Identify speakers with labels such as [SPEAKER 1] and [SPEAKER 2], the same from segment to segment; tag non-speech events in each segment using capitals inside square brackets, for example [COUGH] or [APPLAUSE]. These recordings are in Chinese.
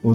[SPEAKER 1] 我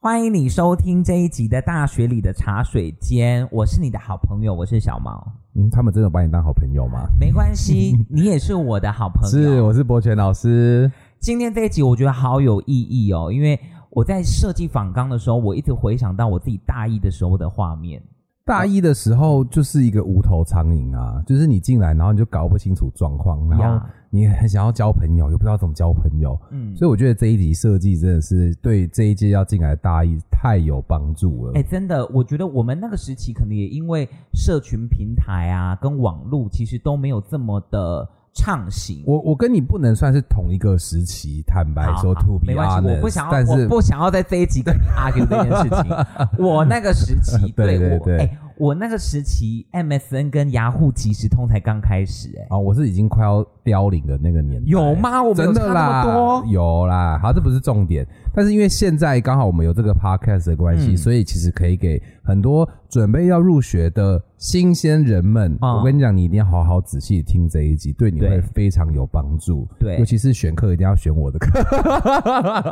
[SPEAKER 2] 欢迎你收听这一集的《大学里的茶水间》，我是你的好朋友，我是小毛。
[SPEAKER 3] 嗯，他们真的把你当好朋友吗？
[SPEAKER 2] 没关系，你也是我的好朋友。
[SPEAKER 3] 是，我是博泉老师。
[SPEAKER 2] 今天这一集我觉得好有意义哦，因为我在设计访纲的时候，我一直回想到我自己大一的时候的画面。
[SPEAKER 3] 大一的时候就是一个无头苍蝇啊，就是你进来，然后你就搞不清楚状况，然后
[SPEAKER 2] 呀
[SPEAKER 3] 你很想要交朋友，又不知道怎么交朋友，
[SPEAKER 2] 嗯
[SPEAKER 3] 所以我觉得这一集设计真的是对这一届要进来的大一太有帮助了。
[SPEAKER 2] 哎，真的，我觉得我们那个时期可能也因为社群平台啊，跟网络其实都没有这么的畅行。
[SPEAKER 3] 我我跟你不能算是同一个时期，坦白
[SPEAKER 2] 好
[SPEAKER 3] 说
[SPEAKER 2] 好
[SPEAKER 3] ，to be
[SPEAKER 2] 没关
[SPEAKER 3] honest，
[SPEAKER 2] 系，我不想
[SPEAKER 3] 但
[SPEAKER 2] 要，
[SPEAKER 3] 是
[SPEAKER 2] 我不想要在这一集跟你 argue 这件事
[SPEAKER 3] [LAUGHS]
[SPEAKER 2] 情。我那个时期，
[SPEAKER 3] 对对
[SPEAKER 2] 我，
[SPEAKER 3] 对
[SPEAKER 2] 哎、我那个时期，MSN 跟雅虎即时通才刚开始、哎、
[SPEAKER 3] 啊、我是已经快要凋零的那个年代，
[SPEAKER 2] 有吗我们有
[SPEAKER 3] 真
[SPEAKER 2] 差那
[SPEAKER 3] 的
[SPEAKER 2] 么
[SPEAKER 3] 啦，
[SPEAKER 2] 多
[SPEAKER 3] 有啦。好，这不是重点，但是因为现在刚好我们有这个 podcast 的关系，
[SPEAKER 2] 嗯
[SPEAKER 3] 所以其实可以给很多准备要入学的新鲜人们，
[SPEAKER 2] 啊
[SPEAKER 3] 我跟你讲，你一定要好好仔细听这一集，对你
[SPEAKER 2] 对
[SPEAKER 3] 会非常有帮助。
[SPEAKER 2] 对
[SPEAKER 3] 尤其是选课一定要选我的课。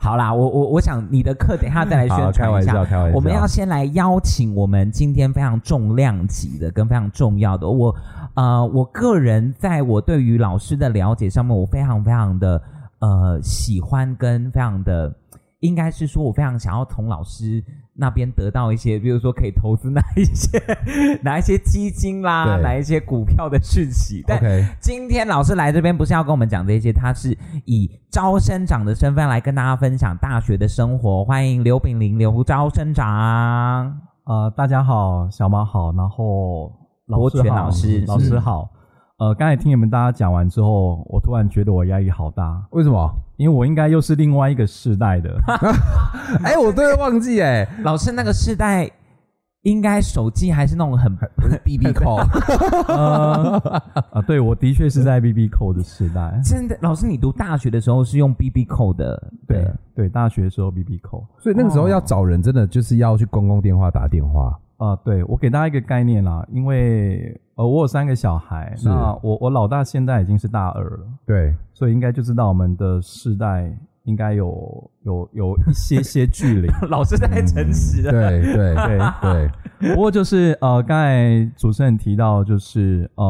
[SPEAKER 2] 好啦，我我我想你的课等一下再来宣
[SPEAKER 3] 好开
[SPEAKER 2] 传
[SPEAKER 3] 玩
[SPEAKER 2] 一下
[SPEAKER 3] 笑，。开玩笑。
[SPEAKER 2] 我们要先来邀请我们今天非常重量级的跟非常重要的我，呃，我个人在我对于老师的了解上面，我非常非常的呃喜欢跟非常的，应该是说我非常想要从老师那边得到一些，比如说可以投资哪一些 [LAUGHS] 哪一些基金啦，
[SPEAKER 3] 对
[SPEAKER 2] 哪一些股票的讯息， [LAUGHS] 但
[SPEAKER 3] OK，
[SPEAKER 2] 今天老师来这边不是要跟我们讲这些，他是以招生长的身份来跟大家分享大学的生活。欢迎刘炳林、刘招生长。
[SPEAKER 4] 呃，大家好，小马好，然后老师
[SPEAKER 2] 博全
[SPEAKER 4] 好，嗯
[SPEAKER 2] 老师
[SPEAKER 4] 老
[SPEAKER 2] 是
[SPEAKER 4] 师好。呃，刚才听你们大家讲完之后，我突然觉得我压力好大，
[SPEAKER 3] 为
[SPEAKER 2] [LAUGHS]
[SPEAKER 3] 什么？
[SPEAKER 4] 因为我应该又是另外一个世代的。
[SPEAKER 3] 哎、我真的忘
[SPEAKER 2] [LAUGHS]
[SPEAKER 3] 记哎、
[SPEAKER 2] 老师那个世代，应该手机还是那种很。
[SPEAKER 3] 不是 B B 扣，
[SPEAKER 4] 呃，啊，对，我的确是在 B B 扣的世代
[SPEAKER 2] [LAUGHS] 真的。老师，你读大学的时候是用 BB 扣的，
[SPEAKER 4] 对对，大学的时候 B B 扣。
[SPEAKER 3] [LAUGHS] 所以那个时候要找人，真的就是要去公共电话打电话。
[SPEAKER 4] 啊，对我给大家一个概念啦，因为呃，我有三个小孩，
[SPEAKER 3] 是
[SPEAKER 4] 那我我老大现在已经是大二了，
[SPEAKER 3] 对，
[SPEAKER 4] 所以应该就知道我们的世代应该有有有一些些距
[SPEAKER 2] [LAUGHS]
[SPEAKER 4] 离。
[SPEAKER 2] [LAUGHS] 老师太诚实了。
[SPEAKER 3] 对对对对，
[SPEAKER 4] 不过就是呃，刚才主持人提到，就是呃，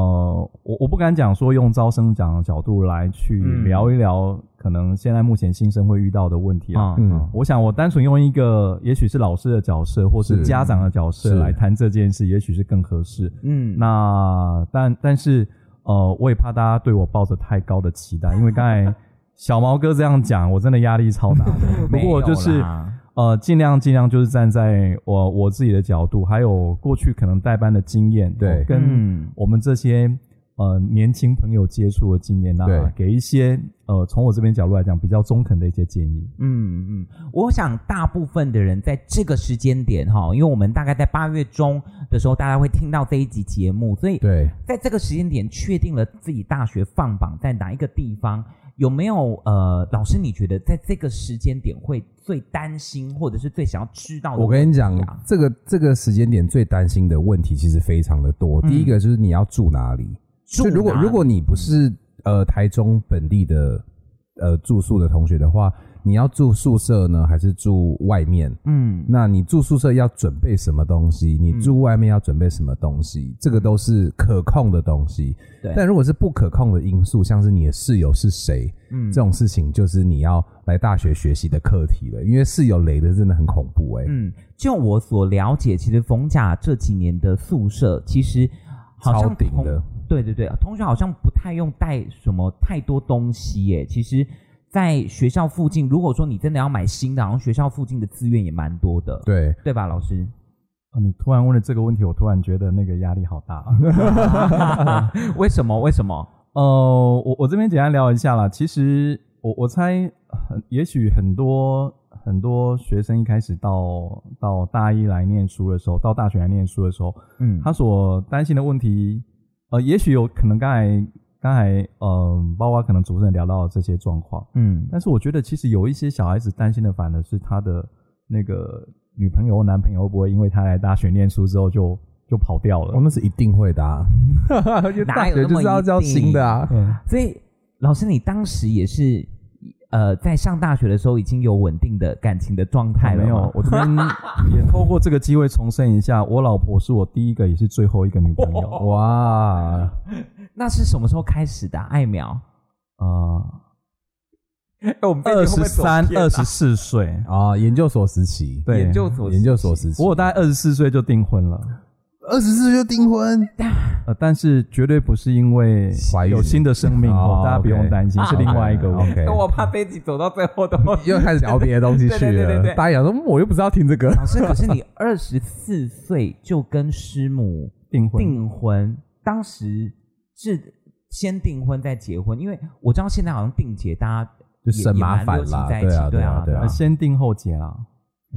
[SPEAKER 4] 我我不敢讲说用招生长的角度来去
[SPEAKER 2] 嗯
[SPEAKER 4] 聊一聊，可能现在目前新生会遇到的问题啊。
[SPEAKER 2] 啊、
[SPEAKER 3] 嗯，
[SPEAKER 4] 我想，我单纯用一个也许是老师的角色，或是
[SPEAKER 3] 是
[SPEAKER 4] 家长的角
[SPEAKER 3] 是
[SPEAKER 4] 色来谈这件事，也许是更合适。
[SPEAKER 2] 嗯，
[SPEAKER 4] 那但但是呃，我也怕大家对我抱着太高的期待，因为刚才小毛哥这样讲，我真的压力超
[SPEAKER 2] [LAUGHS]
[SPEAKER 4] 大的。不
[SPEAKER 2] 没有
[SPEAKER 4] 过就是
[SPEAKER 2] 啦
[SPEAKER 4] 呃，尽量尽量就是站在我我自己的角度，还有过去可能代班的经验，
[SPEAKER 3] 对
[SPEAKER 4] 哦跟
[SPEAKER 2] 嗯
[SPEAKER 4] 我们这些呃年轻朋友接触的经验，
[SPEAKER 3] 对
[SPEAKER 4] 那给一些呃从我这边角度来讲比较中肯的一些建议。
[SPEAKER 2] 嗯嗯，我想大部分的人在这个时间点哈，因为我们大概在八月中的时候，大家会听到这一集节目，所以
[SPEAKER 3] 对，
[SPEAKER 2] 在这个时间点确定了自己大学放榜在哪一个地方，有没有呃，老师你觉得在这个时间点会最担心，或者是最想要知道的
[SPEAKER 3] 我
[SPEAKER 2] 问
[SPEAKER 3] 跟你
[SPEAKER 2] 题啊、
[SPEAKER 3] 讲，这个这个时间点最担心的问题其实非常的多。
[SPEAKER 2] 嗯
[SPEAKER 3] 第一个就是你要住哪里，
[SPEAKER 2] 住
[SPEAKER 3] 就如果
[SPEAKER 2] 哪里
[SPEAKER 3] 如果你不是呃台中本地的呃住宿的同学的话，你要住宿舍呢，还是住外面？
[SPEAKER 2] 嗯
[SPEAKER 3] 那你住宿舍要准备什么东西？你住外面要准备什么东西？这个都是可控的东西。
[SPEAKER 2] 对
[SPEAKER 3] 但如果是不可控的因素，像是你的室友是谁，
[SPEAKER 2] 嗯
[SPEAKER 3] 这种事情就是你要来大学学习的课题了。因为室友雷的真的很恐怖哎、
[SPEAKER 2] 嗯，就我所了解，其实冯甲这几年的宿舍其实好像
[SPEAKER 3] 超顶
[SPEAKER 2] 同
[SPEAKER 3] 的，
[SPEAKER 2] 对对对，同学好像不太用带什么太多东西耶。其实，在学校附近，如果说你真的要买新的，好像学校附近的资源也蛮多的，
[SPEAKER 3] 对，
[SPEAKER 2] 对吧，老
[SPEAKER 3] [LAUGHS]
[SPEAKER 2] 师？
[SPEAKER 4] 啊你突然问了这个问题，我突然觉得那个压力好大。 [LAUGHS]
[SPEAKER 2] 为什么？为什么？
[SPEAKER 4] 呃，我我这边简单聊一下啦。其实我我猜，呃也许很多很多学生一开始到到大一来念书的时候，到大学来念书的时候，
[SPEAKER 2] 嗯，
[SPEAKER 4] 他所担心的问题，呃，也许有可能刚才刚才呃，包括可能主持人聊到的这些状况，
[SPEAKER 2] 嗯
[SPEAKER 4] 但是我觉得其实有一些小孩子担心的反而是他的那个女朋友或男朋友会不会因为他来大学念书之后就就跑掉了
[SPEAKER 3] 我、。哦那是一定会的、啊， [LAUGHS] 就大学就是要交新的啊。
[SPEAKER 4] 嗯，
[SPEAKER 2] 所以老师，你当时也是呃，在上大学的时候已经有稳定的感情的状态
[SPEAKER 3] 哦
[SPEAKER 2] 了
[SPEAKER 4] 没有
[SPEAKER 2] 吗，？
[SPEAKER 4] 我这
[SPEAKER 3] [LAUGHS]
[SPEAKER 4] 边也透过这个机会重申一下，我老婆是我第一个也是最后一个女朋友。
[SPEAKER 3] 哦
[SPEAKER 4] 我
[SPEAKER 3] 哇，
[SPEAKER 2] 那是什么时候开始的啊、艾苗？
[SPEAKER 4] 啊，
[SPEAKER 2] 哎我们
[SPEAKER 4] 二十三、二十四岁，
[SPEAKER 3] 啊，研究所时期，
[SPEAKER 4] 对研究
[SPEAKER 2] 所
[SPEAKER 3] 研究所时期，
[SPEAKER 4] 我有大概二十四岁就订婚了。
[SPEAKER 3] 二十四就
[SPEAKER 2] [LAUGHS]
[SPEAKER 3] 订婚，
[SPEAKER 4] 呃，但是绝对不是因为
[SPEAKER 3] 怀孕
[SPEAKER 4] 有新的生命
[SPEAKER 3] 哦
[SPEAKER 4] 哦，大家不用
[SPEAKER 3] OK
[SPEAKER 4] 担心，是另外一个我。
[SPEAKER 3] OK，
[SPEAKER 2] 怕飞机走到最后都
[SPEAKER 3] 又开始聊别的东西去
[SPEAKER 2] 对对对对
[SPEAKER 3] 了。
[SPEAKER 2] 对
[SPEAKER 3] 大家想说，嗯我又不是要听这个，
[SPEAKER 2] 老师，可是你二十四岁就跟师母
[SPEAKER 4] 订婚
[SPEAKER 2] 订婚，当时是先订婚再结婚，因为我知道现在好像订结大家
[SPEAKER 3] 就
[SPEAKER 2] 也
[SPEAKER 3] 省麻烦
[SPEAKER 2] 也蛮流行
[SPEAKER 3] 啦
[SPEAKER 2] 在一起
[SPEAKER 3] 对啊
[SPEAKER 2] 对
[SPEAKER 3] 对啊对啊
[SPEAKER 4] 呃先订后结啦，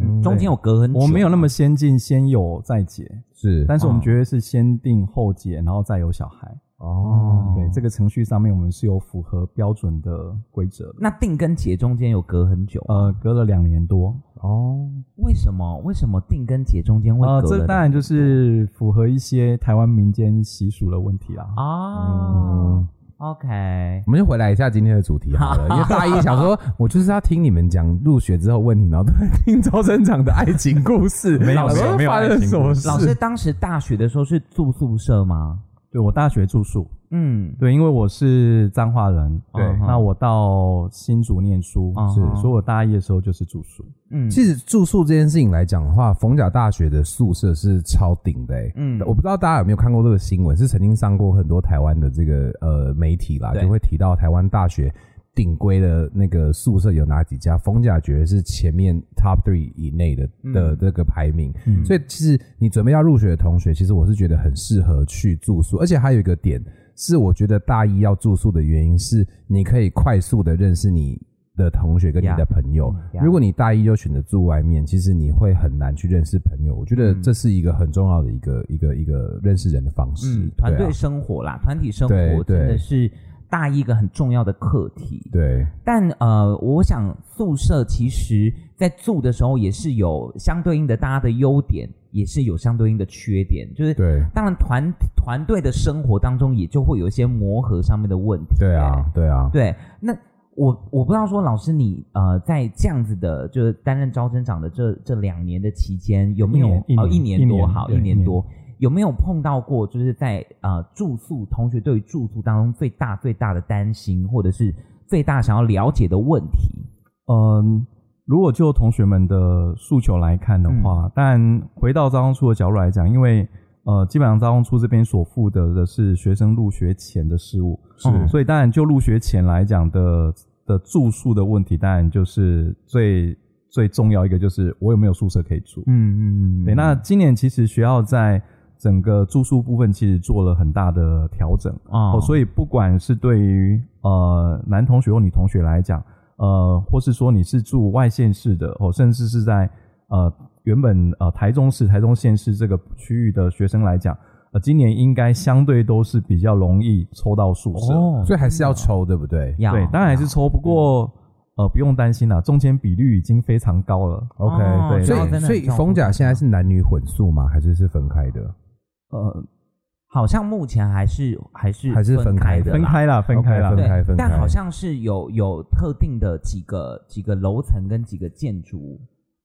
[SPEAKER 3] 嗯
[SPEAKER 2] 中间有隔很久，
[SPEAKER 4] 我没有那么先进，先有再结，
[SPEAKER 3] 是
[SPEAKER 4] 但是我们
[SPEAKER 2] 哦
[SPEAKER 4] 绝对是先订后结，然后再有小孩。
[SPEAKER 3] 哦，
[SPEAKER 4] 对，这
[SPEAKER 3] 个
[SPEAKER 4] 个程序上面我们是有符合标准的规则的。
[SPEAKER 2] 那订跟结中间有隔很久，
[SPEAKER 4] 呃，隔了两年多，
[SPEAKER 3] 哦，
[SPEAKER 2] 为什么？为什么订跟结中间会
[SPEAKER 4] 呃，
[SPEAKER 2] 隔了
[SPEAKER 4] 这
[SPEAKER 2] 呢？
[SPEAKER 4] 当然就是符合一些台湾民间习俗的问题啦。
[SPEAKER 3] 啊
[SPEAKER 2] 哦、o k
[SPEAKER 3] 我们就回来一下今天的主题好了，
[SPEAKER 2] [LAUGHS]
[SPEAKER 3] 因为大一想说，我就是要听你们讲入学之后问题，然后都在听周生长的爱情故事，
[SPEAKER 4] 没有
[SPEAKER 3] 老师
[SPEAKER 4] 没有没有
[SPEAKER 3] 发
[SPEAKER 4] 爱
[SPEAKER 3] 生
[SPEAKER 4] 情
[SPEAKER 3] 什么
[SPEAKER 4] 故事
[SPEAKER 3] 事？
[SPEAKER 2] 老师当时大学的时候是住宿舍吗？
[SPEAKER 4] 对我大学住宿，
[SPEAKER 2] 嗯，
[SPEAKER 4] 对，因为我是彰化人，
[SPEAKER 3] 对
[SPEAKER 2] 嗯哼
[SPEAKER 4] 那我到新竹念书，
[SPEAKER 2] 嗯
[SPEAKER 4] 是
[SPEAKER 2] 哼，
[SPEAKER 4] 所以我大一的时候就是住宿。
[SPEAKER 2] 嗯，
[SPEAKER 3] 其实住宿这件事情来讲的话，逢甲大学的宿舍是超顶的、欸。嗯
[SPEAKER 2] 嗯，
[SPEAKER 3] 我不知道大家有没有看过这个新闻，是曾经上过很多台湾的这个呃媒体啦，
[SPEAKER 2] 对
[SPEAKER 3] 就会提到台湾大学顶规的那个宿舍有哪几家，逢甲绝对是前面 top three 以内的
[SPEAKER 2] 嗯
[SPEAKER 3] 的这个排名。所以其实你准备要入学的同学，其实我是觉得很适合去住宿，而且还有一个点是，我觉得大一要住宿的原因是，你可以快速的认识你的同学跟你
[SPEAKER 2] Yeah
[SPEAKER 3] 的朋友。
[SPEAKER 2] Yeah
[SPEAKER 3] 如果你大一就选择住外面，其实你会很难去认识朋友。我觉
[SPEAKER 2] 嗯
[SPEAKER 3] 得这是一个很重要的一个、一个一个认识人的方式。
[SPEAKER 2] 嗯，团
[SPEAKER 3] 对啊
[SPEAKER 2] 队生活啦，团体生活
[SPEAKER 3] 对对
[SPEAKER 2] 真的是大一个很重要的课题。
[SPEAKER 3] 对
[SPEAKER 2] 但呃，我想宿舍其实在住的时候也是有相对应的大家的优点，也是有相对应的缺点，就是
[SPEAKER 3] 对
[SPEAKER 2] 当然团团队的生活当中也就会有一些磨合上面的问题。哎
[SPEAKER 3] 对啊，对啊，
[SPEAKER 2] 对，那我我不知道说老师你呃在这样子的，就是担任招生长的这这两年的期间，有没有
[SPEAKER 4] 一年
[SPEAKER 2] 哦
[SPEAKER 4] 一
[SPEAKER 2] 一
[SPEAKER 4] 年
[SPEAKER 2] 年
[SPEAKER 4] 一
[SPEAKER 2] 多
[SPEAKER 4] 年
[SPEAKER 2] 好
[SPEAKER 4] 对
[SPEAKER 2] 一年
[SPEAKER 4] 一年
[SPEAKER 2] 多，有没有碰到过就是在呃住宿同学对于住宿当中最大最大的担心，或者是最大想要了解的问题？
[SPEAKER 4] 嗯，如果就同学们的诉求来看的话，
[SPEAKER 2] 嗯
[SPEAKER 4] 但回到招生处的角度来讲，因为呃，基本上招生处这边所负责的是学生入学前的事务，
[SPEAKER 2] 是
[SPEAKER 4] 嗯所以当然就入学前来讲的的住宿的问题，当然就是最最重要一个就是我有没有宿舍可以住。
[SPEAKER 2] 嗯嗯
[SPEAKER 4] 对，那今年其实学校在整个住宿部分其实做了很大的调整，
[SPEAKER 2] 哦
[SPEAKER 4] 哦，所
[SPEAKER 2] 以
[SPEAKER 4] 以不管是对于呃男同学或女同学来讲，呃，或是说你是住外县市的哦，甚至是在呃原本呃台中市、台中县市这个区域的学生来讲，呃，今年应该相对都是比较容易抽到宿舍。
[SPEAKER 2] 哦，
[SPEAKER 3] 所以还是要抽，对不对
[SPEAKER 2] 要
[SPEAKER 4] 对，当然还是抽，不过呃不用担心啦，中间比率已经非常高了。
[SPEAKER 3] ？OK，
[SPEAKER 2] 哦
[SPEAKER 3] 对，
[SPEAKER 2] 这
[SPEAKER 3] 所
[SPEAKER 2] 样真
[SPEAKER 3] 以
[SPEAKER 2] 的
[SPEAKER 3] 所以
[SPEAKER 2] 很重
[SPEAKER 3] 风甲
[SPEAKER 2] 要
[SPEAKER 3] 现在是男女混宿吗？还是是分开
[SPEAKER 2] [LAUGHS]
[SPEAKER 3] 的？
[SPEAKER 4] 呃，
[SPEAKER 2] 好像目前还是还是
[SPEAKER 3] 还是分开
[SPEAKER 2] 开啦
[SPEAKER 3] 的
[SPEAKER 4] 分开啦，分开啦
[SPEAKER 3] OK，分
[SPEAKER 2] 对，
[SPEAKER 3] 开分开
[SPEAKER 2] 但好像是有有特定的几个几个楼层跟几个建筑，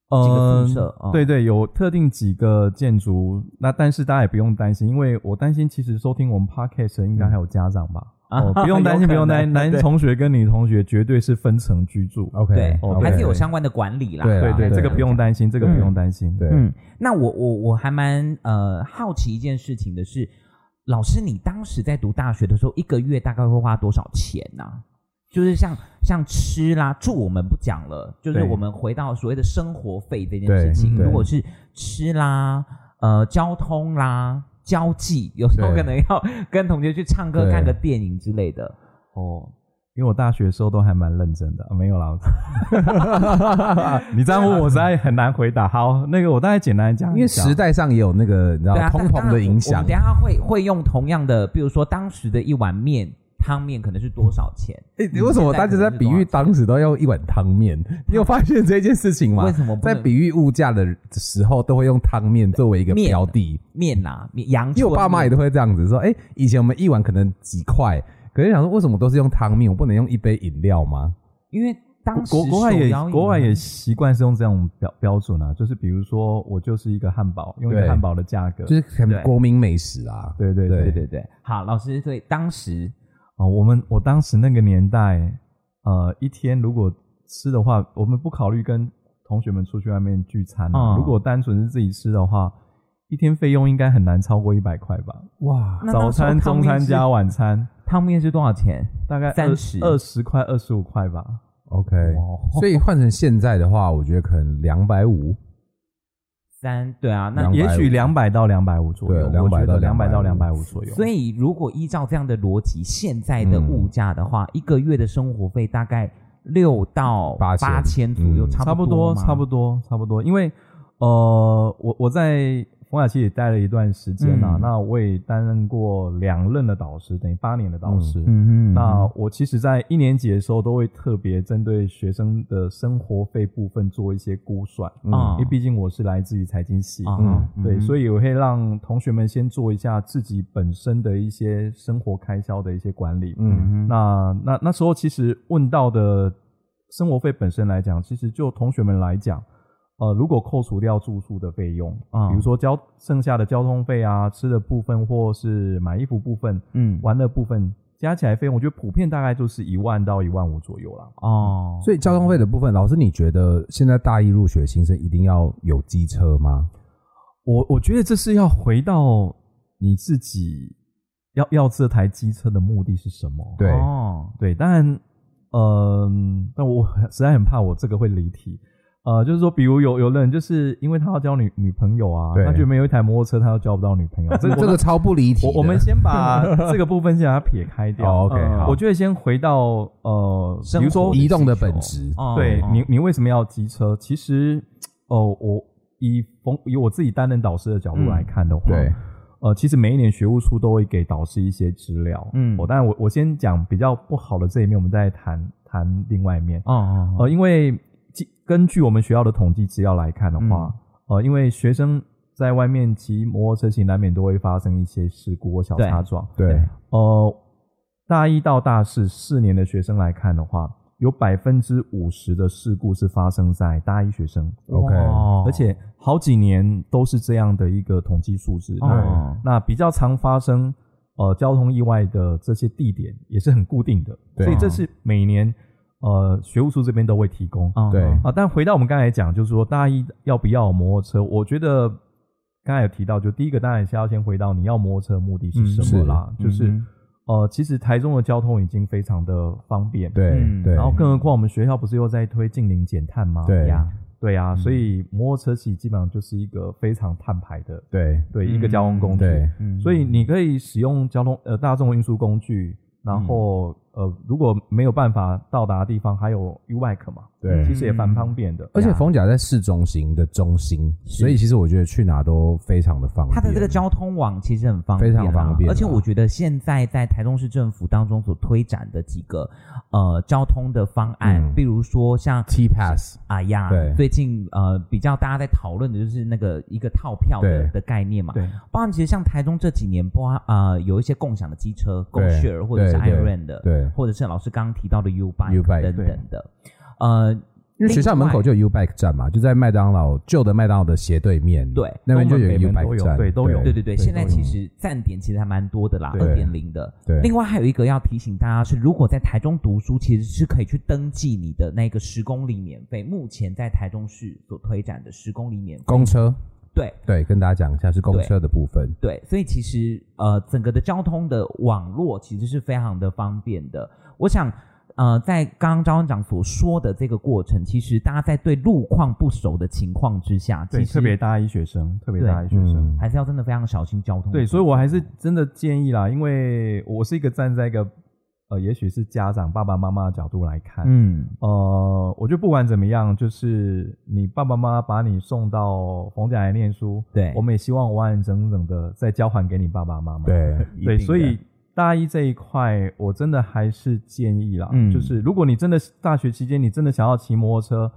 [SPEAKER 2] 几个宿舍
[SPEAKER 4] 嗯
[SPEAKER 2] 嗯
[SPEAKER 4] 对对，有特定几个建筑，那但是大家也不用担心，因为我担心其实收听我们 podcast 的应该还有家长吧，
[SPEAKER 2] 啊
[SPEAKER 4] 哦，
[SPEAKER 2] [LAUGHS]
[SPEAKER 4] 不用担心，不用担心，
[SPEAKER 3] 有可能
[SPEAKER 4] 男同学跟女同学绝对是分层居住。
[SPEAKER 3] OK，
[SPEAKER 2] 对哦
[SPEAKER 3] OK
[SPEAKER 2] 还是有相关的管理啦。
[SPEAKER 3] 对
[SPEAKER 4] 对
[SPEAKER 3] 啊
[SPEAKER 4] 对，这个不用担心，这个不用担心。
[SPEAKER 3] 对，
[SPEAKER 2] 嗯，那我我我还蛮呃好奇一件事情的是，老师你当时在读大学的时候，一个月大概会花多少钱呢、就是像像吃啦住我们不讲了，就是
[SPEAKER 4] 对嗯
[SPEAKER 2] 我们回到所谓的生活费这件
[SPEAKER 3] 对
[SPEAKER 2] 事情，
[SPEAKER 3] 对
[SPEAKER 2] 如果是吃啦、呃交通啦、交际，有时候
[SPEAKER 3] 对
[SPEAKER 2] 可能要跟同学去唱歌、
[SPEAKER 3] 对
[SPEAKER 2] 看个电影之类的。
[SPEAKER 4] 哦，因为我大学的时候都还蛮认真的，啊没有啦。你这样问我实在很难回答。好，那个我大概简单讲一下，
[SPEAKER 3] 因为时代上也有那个你知道
[SPEAKER 2] 对啊，
[SPEAKER 3] 通
[SPEAKER 2] 但
[SPEAKER 3] 膨的影响
[SPEAKER 2] 当然我们等。一下会会用同样的，比如说当时的一碗面汤面可能是多少钱？
[SPEAKER 3] 哎，你为什么大家在比喻当时都要一碗汤面？你有发现这件事情吗？
[SPEAKER 2] 为什么不
[SPEAKER 3] 在
[SPEAKER 2] 能
[SPEAKER 3] 比喻物价的时候都会用汤面作为一个
[SPEAKER 2] 面
[SPEAKER 3] 标的？
[SPEAKER 2] 面呐、面洋
[SPEAKER 3] [LAUGHS] 因为
[SPEAKER 2] 葱
[SPEAKER 3] 我爸妈也都会这样子说，哎、以前我们一碗可能几块，可是想说为什么都是用汤面，我不能用一杯饮料吗？
[SPEAKER 2] 因为当时
[SPEAKER 4] 国国外
[SPEAKER 2] 手
[SPEAKER 4] 也
[SPEAKER 2] 摇饮啊
[SPEAKER 4] 国外也习惯是用这种标标准啊，就是比如说我就是一个汉堡，用一个
[SPEAKER 3] 对
[SPEAKER 4] 汉堡的价格，
[SPEAKER 3] 就是很
[SPEAKER 2] 对
[SPEAKER 3] 国民美食啊。
[SPEAKER 4] 对对对
[SPEAKER 2] 对对对。好，老师，所以当时
[SPEAKER 4] 哦，我们我当时那个年代，呃，一天如果吃的话，我们不考虑跟同学们出去外面聚餐
[SPEAKER 2] 嗯
[SPEAKER 4] 啊、如果单纯是自己吃的话，一天费用应该很难超过一百块吧？
[SPEAKER 3] 哇，
[SPEAKER 2] 那
[SPEAKER 4] 早
[SPEAKER 2] 那时候
[SPEAKER 4] 餐、
[SPEAKER 2] 汤
[SPEAKER 4] 中
[SPEAKER 2] 面
[SPEAKER 4] 餐
[SPEAKER 2] 是
[SPEAKER 4] 加晚餐，
[SPEAKER 2] 汤面是多少钱？
[SPEAKER 4] 大概
[SPEAKER 2] 30
[SPEAKER 4] 二十块、二十五块吧。
[SPEAKER 3] OK，
[SPEAKER 4] 哦
[SPEAKER 3] 所以换成现在的话，我觉得可能两百五，
[SPEAKER 2] 三对啊，那
[SPEAKER 3] 250
[SPEAKER 4] 也许两百到两百五左右，
[SPEAKER 3] 对
[SPEAKER 4] 我觉
[SPEAKER 3] 200到
[SPEAKER 4] 得两百到两百
[SPEAKER 3] 250
[SPEAKER 4] 五左右。
[SPEAKER 2] 所以如果依照这样的逻辑，现在的
[SPEAKER 3] 嗯
[SPEAKER 2] 物价的话，一个月的生活费大概六到
[SPEAKER 3] 八千
[SPEAKER 2] 八千左右，
[SPEAKER 3] 嗯
[SPEAKER 2] 差
[SPEAKER 4] 差不多，
[SPEAKER 2] 吗
[SPEAKER 4] 差不多，差不多。因为呃，我我在冯雅琪也待了一段时间啊，
[SPEAKER 2] 嗯
[SPEAKER 4] 那我也担任过两任的导师，等于八年的导师。
[SPEAKER 2] 嗯嗯，
[SPEAKER 4] 那我其实，在一年级的时候，都会特别针对学生的生活费部分做一些估算，嗯，
[SPEAKER 2] 啊
[SPEAKER 4] 因为毕竟我是来自于财经系，
[SPEAKER 2] 啊
[SPEAKER 3] 嗯
[SPEAKER 4] 对，所
[SPEAKER 2] 以
[SPEAKER 4] 以我会让同学们先做一下自己本身的一些生活开销的一些管理，
[SPEAKER 3] 嗯，
[SPEAKER 4] 那那那时候其实问到的生活费本身来讲，其实就同学们来讲，呃，如果扣除掉住宿的费用，
[SPEAKER 2] 啊
[SPEAKER 4] 比如说交剩下的交通费啊、吃的部分或是买衣服部分、
[SPEAKER 2] 嗯
[SPEAKER 4] 玩的部分，加起来费用，我觉得普遍大概就是一万到一万五左右啦。
[SPEAKER 2] 哦，
[SPEAKER 3] 所以交通费的部分，老师你觉得现在大一入学新生一定要有机车吗？
[SPEAKER 4] 我我觉得这是要回到你自己要要这台机车的目的是什么？
[SPEAKER 3] 对
[SPEAKER 2] 哦，
[SPEAKER 4] 对，当然，嗯，但我很实在很怕我这个会离题。呃，就是说，比如有有人就是因为他要交女女朋友啊，
[SPEAKER 3] 对
[SPEAKER 4] 他觉得没有一台摩托车，他又交不到女
[SPEAKER 3] [LAUGHS]
[SPEAKER 4] 朋友。 [LAUGHS] 这
[SPEAKER 3] 这这个超不离题的。
[SPEAKER 4] 我我们
[SPEAKER 3] [LAUGHS]
[SPEAKER 4] 先把这个部分先把它撇开掉。
[SPEAKER 3] 哦 OK，
[SPEAKER 4] 呃
[SPEAKER 3] 好
[SPEAKER 4] 我觉得先回到呃，比
[SPEAKER 2] 生
[SPEAKER 4] 如说
[SPEAKER 2] 活
[SPEAKER 3] 移动的本质，
[SPEAKER 2] 哦
[SPEAKER 4] 对
[SPEAKER 2] 哦
[SPEAKER 4] 你，你为什么要机车？其实，哦、我以冯以我自己担任导师的角
[SPEAKER 2] 嗯
[SPEAKER 4] 度来看的话，
[SPEAKER 3] 对，
[SPEAKER 4] 呃，其实每一年学务处都会给导师一些资料，
[SPEAKER 2] 嗯
[SPEAKER 4] 我、当然我我先讲比较不好的这一面，我们再谈谈另外一面。
[SPEAKER 2] 哦哦哦
[SPEAKER 4] 呃，因为基根据我们学校的统计资料来看的话，
[SPEAKER 2] 嗯
[SPEAKER 4] 呃，因为学生在外面骑摩托车行，难免都会发生一些事故或小
[SPEAKER 2] 对
[SPEAKER 4] 擦撞，
[SPEAKER 3] 对，
[SPEAKER 4] 呃，大一到大四四年的学生来看的话，有百分之五十的事故是发生在大一学生。哦
[SPEAKER 3] OK
[SPEAKER 2] 哇
[SPEAKER 4] 而且好几年都是这样的一个统计数字。
[SPEAKER 2] 哦
[SPEAKER 4] 那那比较常发生呃交通意外的这些地点也是很固定的，
[SPEAKER 3] 对
[SPEAKER 4] 所以这是每年呃学务处这边都会提供。
[SPEAKER 2] 哦
[SPEAKER 3] 对
[SPEAKER 2] 哦
[SPEAKER 4] 啊，但回到我们刚才讲，就是说大一要不要有摩托车？我觉得刚才有提到，就第一个当然是要先回到你要摩托车的目的是什么啦，
[SPEAKER 2] 嗯是
[SPEAKER 4] 就是、
[SPEAKER 2] 嗯
[SPEAKER 4] 呃，其实台中的交通已经非常的方便，，
[SPEAKER 3] 对
[SPEAKER 2] 嗯
[SPEAKER 3] 对，
[SPEAKER 4] 然后更何况我们学校不是又在推近零减碳吗？
[SPEAKER 3] 对嗯
[SPEAKER 2] 呀，
[SPEAKER 4] 对啊，所以摩托车其实基本上就是一个非常碳排的，
[SPEAKER 3] 对
[SPEAKER 4] 对一个交通工具，
[SPEAKER 3] 对，
[SPEAKER 2] 嗯
[SPEAKER 4] 所以你可以使用交通呃大众运输工具。
[SPEAKER 3] 嗯
[SPEAKER 4] 然后，呃，如果没有办法到达的地方，还有 U Bike 嘛，
[SPEAKER 3] 对
[SPEAKER 4] 其实也蛮方便的。
[SPEAKER 3] 嗯而且逢甲在市中心的中心，所以其实我觉得去哪都非常的方便。
[SPEAKER 2] 它的这个交通网其实很方便啊、
[SPEAKER 3] 非常方便啊
[SPEAKER 2] 而且我觉得现在在台中市政府当中所推展的几个呃交通的方案，
[SPEAKER 3] 嗯
[SPEAKER 2] 比如说像
[SPEAKER 3] T Pass，
[SPEAKER 2] 啊呀
[SPEAKER 3] 对，
[SPEAKER 2] 最近呃比较大家在讨论的就是那个一个套票的
[SPEAKER 3] 对
[SPEAKER 2] 的概念嘛。
[SPEAKER 4] 对，
[SPEAKER 2] 包含其实像台中这几年，包含呃有一些共享的机车、共
[SPEAKER 3] 对
[SPEAKER 2] share 或者是 i
[SPEAKER 3] 对对
[SPEAKER 2] r o n 的，
[SPEAKER 3] 对
[SPEAKER 2] 或者是老师刚刚提到的 U
[SPEAKER 3] U
[SPEAKER 2] bike
[SPEAKER 3] Bike，
[SPEAKER 2] 等等的，呃，
[SPEAKER 3] 因为学校
[SPEAKER 2] 另外
[SPEAKER 3] 门口就有 U Bike 站嘛，就在麦当劳旧的麦当劳的斜对面，
[SPEAKER 2] 对
[SPEAKER 3] 那边就有
[SPEAKER 4] 东
[SPEAKER 3] U
[SPEAKER 4] 门北门
[SPEAKER 3] Bike
[SPEAKER 4] 都有
[SPEAKER 3] 站，
[SPEAKER 4] 对都有
[SPEAKER 2] 对对对，
[SPEAKER 4] 对
[SPEAKER 2] 现在
[SPEAKER 4] 都有
[SPEAKER 2] 其实站点其实还蛮多的啦，二
[SPEAKER 3] 对
[SPEAKER 2] 点零的。
[SPEAKER 3] 对
[SPEAKER 2] 另外还有一个要提醒大家是，如果在台中读书，其实是可以去登记你的那个十公里免费。目前在台中市所推展的十公里免费，
[SPEAKER 3] 公车，
[SPEAKER 2] 对
[SPEAKER 3] 对，跟大家讲一下是公车的部分，
[SPEAKER 2] 对，所以其实呃，整个的交通的网络其实是非常的方便的。我想。呃，在刚刚张院长所说的这个过程，其实大家在对路况不熟的情况之下，
[SPEAKER 4] 对，
[SPEAKER 2] 其
[SPEAKER 4] 特
[SPEAKER 2] 实
[SPEAKER 4] 别大一学生，特别大一学生。
[SPEAKER 3] 嗯，
[SPEAKER 2] 还是要真的非常小心交通。
[SPEAKER 4] 对，所以我还是真的建议啦，因为我是一个站在一个呃，也许是家长爸爸妈妈的角度来看，
[SPEAKER 2] 嗯
[SPEAKER 4] 呃，我觉得不管怎么样，就是你爸爸妈妈把你送到冯家来念书，
[SPEAKER 2] 对
[SPEAKER 4] 我们也希望完完整整的再交还给你爸爸妈妈。
[SPEAKER 3] 对
[SPEAKER 4] 对，所
[SPEAKER 3] 一定
[SPEAKER 4] 以
[SPEAKER 3] 的
[SPEAKER 4] 大一这一块，我真的还是建议啦，
[SPEAKER 2] 嗯
[SPEAKER 4] 就是如果你真的大学期间你真的想要骑摩托车，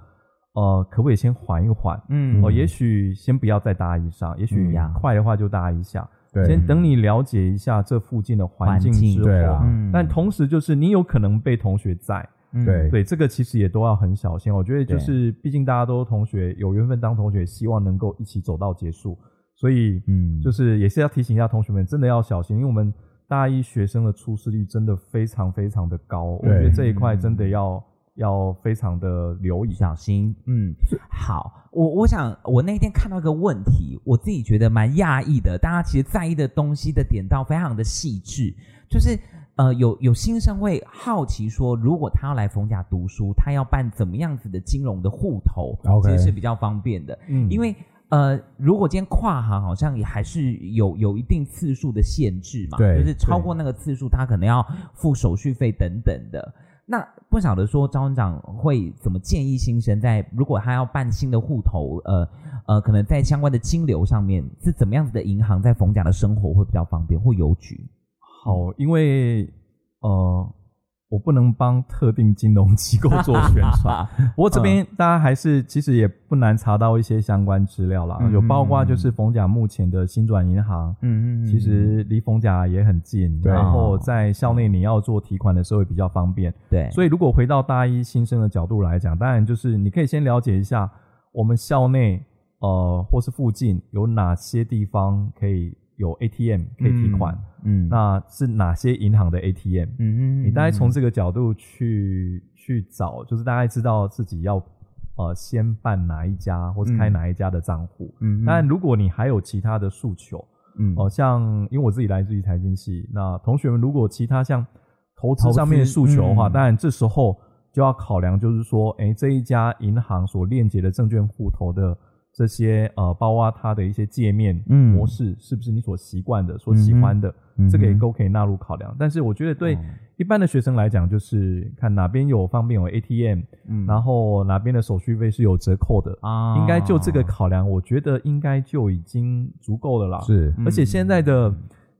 [SPEAKER 4] 呃，可不可以先缓一缓？
[SPEAKER 2] 嗯
[SPEAKER 4] 哦，也许先不要在大一上，也
[SPEAKER 2] 嗯
[SPEAKER 4] 许
[SPEAKER 2] 呀嗯
[SPEAKER 4] 快的话就大一下，
[SPEAKER 3] 对
[SPEAKER 4] 先等你了解一下这附近的环境
[SPEAKER 2] 环境
[SPEAKER 4] 之后，
[SPEAKER 3] 对啦
[SPEAKER 2] 嗯
[SPEAKER 4] 但同时就是你有可能被同学在。
[SPEAKER 2] 嗯
[SPEAKER 3] 对
[SPEAKER 4] 对，这个其实也都要很小心。我觉得就
[SPEAKER 2] 对
[SPEAKER 4] 是，毕竟大家都同学，有缘分当同学，希望能够一起走到结束。所以，
[SPEAKER 2] 嗯
[SPEAKER 4] 嗯，就是也是要提醒一下同学们，真的要小心，因为我们大一学生的出事率真的非常非常的高，我
[SPEAKER 3] 对
[SPEAKER 4] 觉得这一块真的要要非常的留意。
[SPEAKER 2] 嗯小心，嗯，好，我我想我那天看到一个问题，我自己觉得蛮讶异的，大家其实在意的东西的点到非常的细致，就是呃，有有新生会好奇说，如果他要来冯甲读书，他要办怎么样子的金融的户头
[SPEAKER 3] OK
[SPEAKER 2] 其实是比较方便的，
[SPEAKER 4] 嗯
[SPEAKER 2] 因为呃，如果今天跨行好像也还是有有一定次数的限制嘛，
[SPEAKER 3] 对
[SPEAKER 2] 就是超过那个次数，他可能要付手续费等等的。那不晓得说招生长会怎么建议新生在如果他要办新的户头，呃呃，可能在相关的金流上面是怎么样子的银行在逢甲的生活会比较方便，或邮局？
[SPEAKER 4] 好，因为呃，我不能帮特定金融机构做宣
[SPEAKER 2] [LAUGHS]
[SPEAKER 4] 传，
[SPEAKER 2] 嗯
[SPEAKER 4] 不过这边大家还是其实也不难查到一些相关资料啦，
[SPEAKER 2] 嗯
[SPEAKER 4] 有包括就是冯甲目前的新转银行，
[SPEAKER 2] 嗯哦
[SPEAKER 4] 其实离冯甲也很近，
[SPEAKER 3] 对
[SPEAKER 4] 然后在校内你要做提款的时候也比较方便。
[SPEAKER 2] 对，
[SPEAKER 4] 所以如果回到大一新生的角度来讲，当然就是你可以先了解一下我们校内呃或是附近有哪些地方可以有 ATM 可以提款，
[SPEAKER 2] 嗯
[SPEAKER 4] 那是哪些银行的 ATM？
[SPEAKER 2] 嗯
[SPEAKER 4] 你大概从这个角度去去找，就是大概知道自己要呃先办哪一家，或是开哪一家的账户。
[SPEAKER 2] 嗯
[SPEAKER 4] 当然，如果你还有其他的诉求，
[SPEAKER 2] 嗯
[SPEAKER 4] 哦、像因为我自己来自于财经系，那同学们如果其他像投资上面的诉求的话，
[SPEAKER 2] 嗯
[SPEAKER 4] 当然这时候就要考量，就是说，哎、这一家银行所链接的证券户头的这些呃，包括它的一些界面
[SPEAKER 2] 嗯
[SPEAKER 4] 模式，是不是你所习惯的、所喜欢的，
[SPEAKER 2] 嗯哼
[SPEAKER 4] 这个也
[SPEAKER 2] 嗯哼
[SPEAKER 4] 都可以纳入考量。但是我觉得对
[SPEAKER 2] 哦
[SPEAKER 4] 一般的学生来讲，就是看哪边有方便有 ATM，、
[SPEAKER 2] 嗯
[SPEAKER 4] 然后哪边的手续费是有折扣的。
[SPEAKER 2] 啊
[SPEAKER 4] 应该就这个考量，我觉得应该就已经足够了啦。
[SPEAKER 3] 是
[SPEAKER 2] 嗯
[SPEAKER 4] 而且现在的、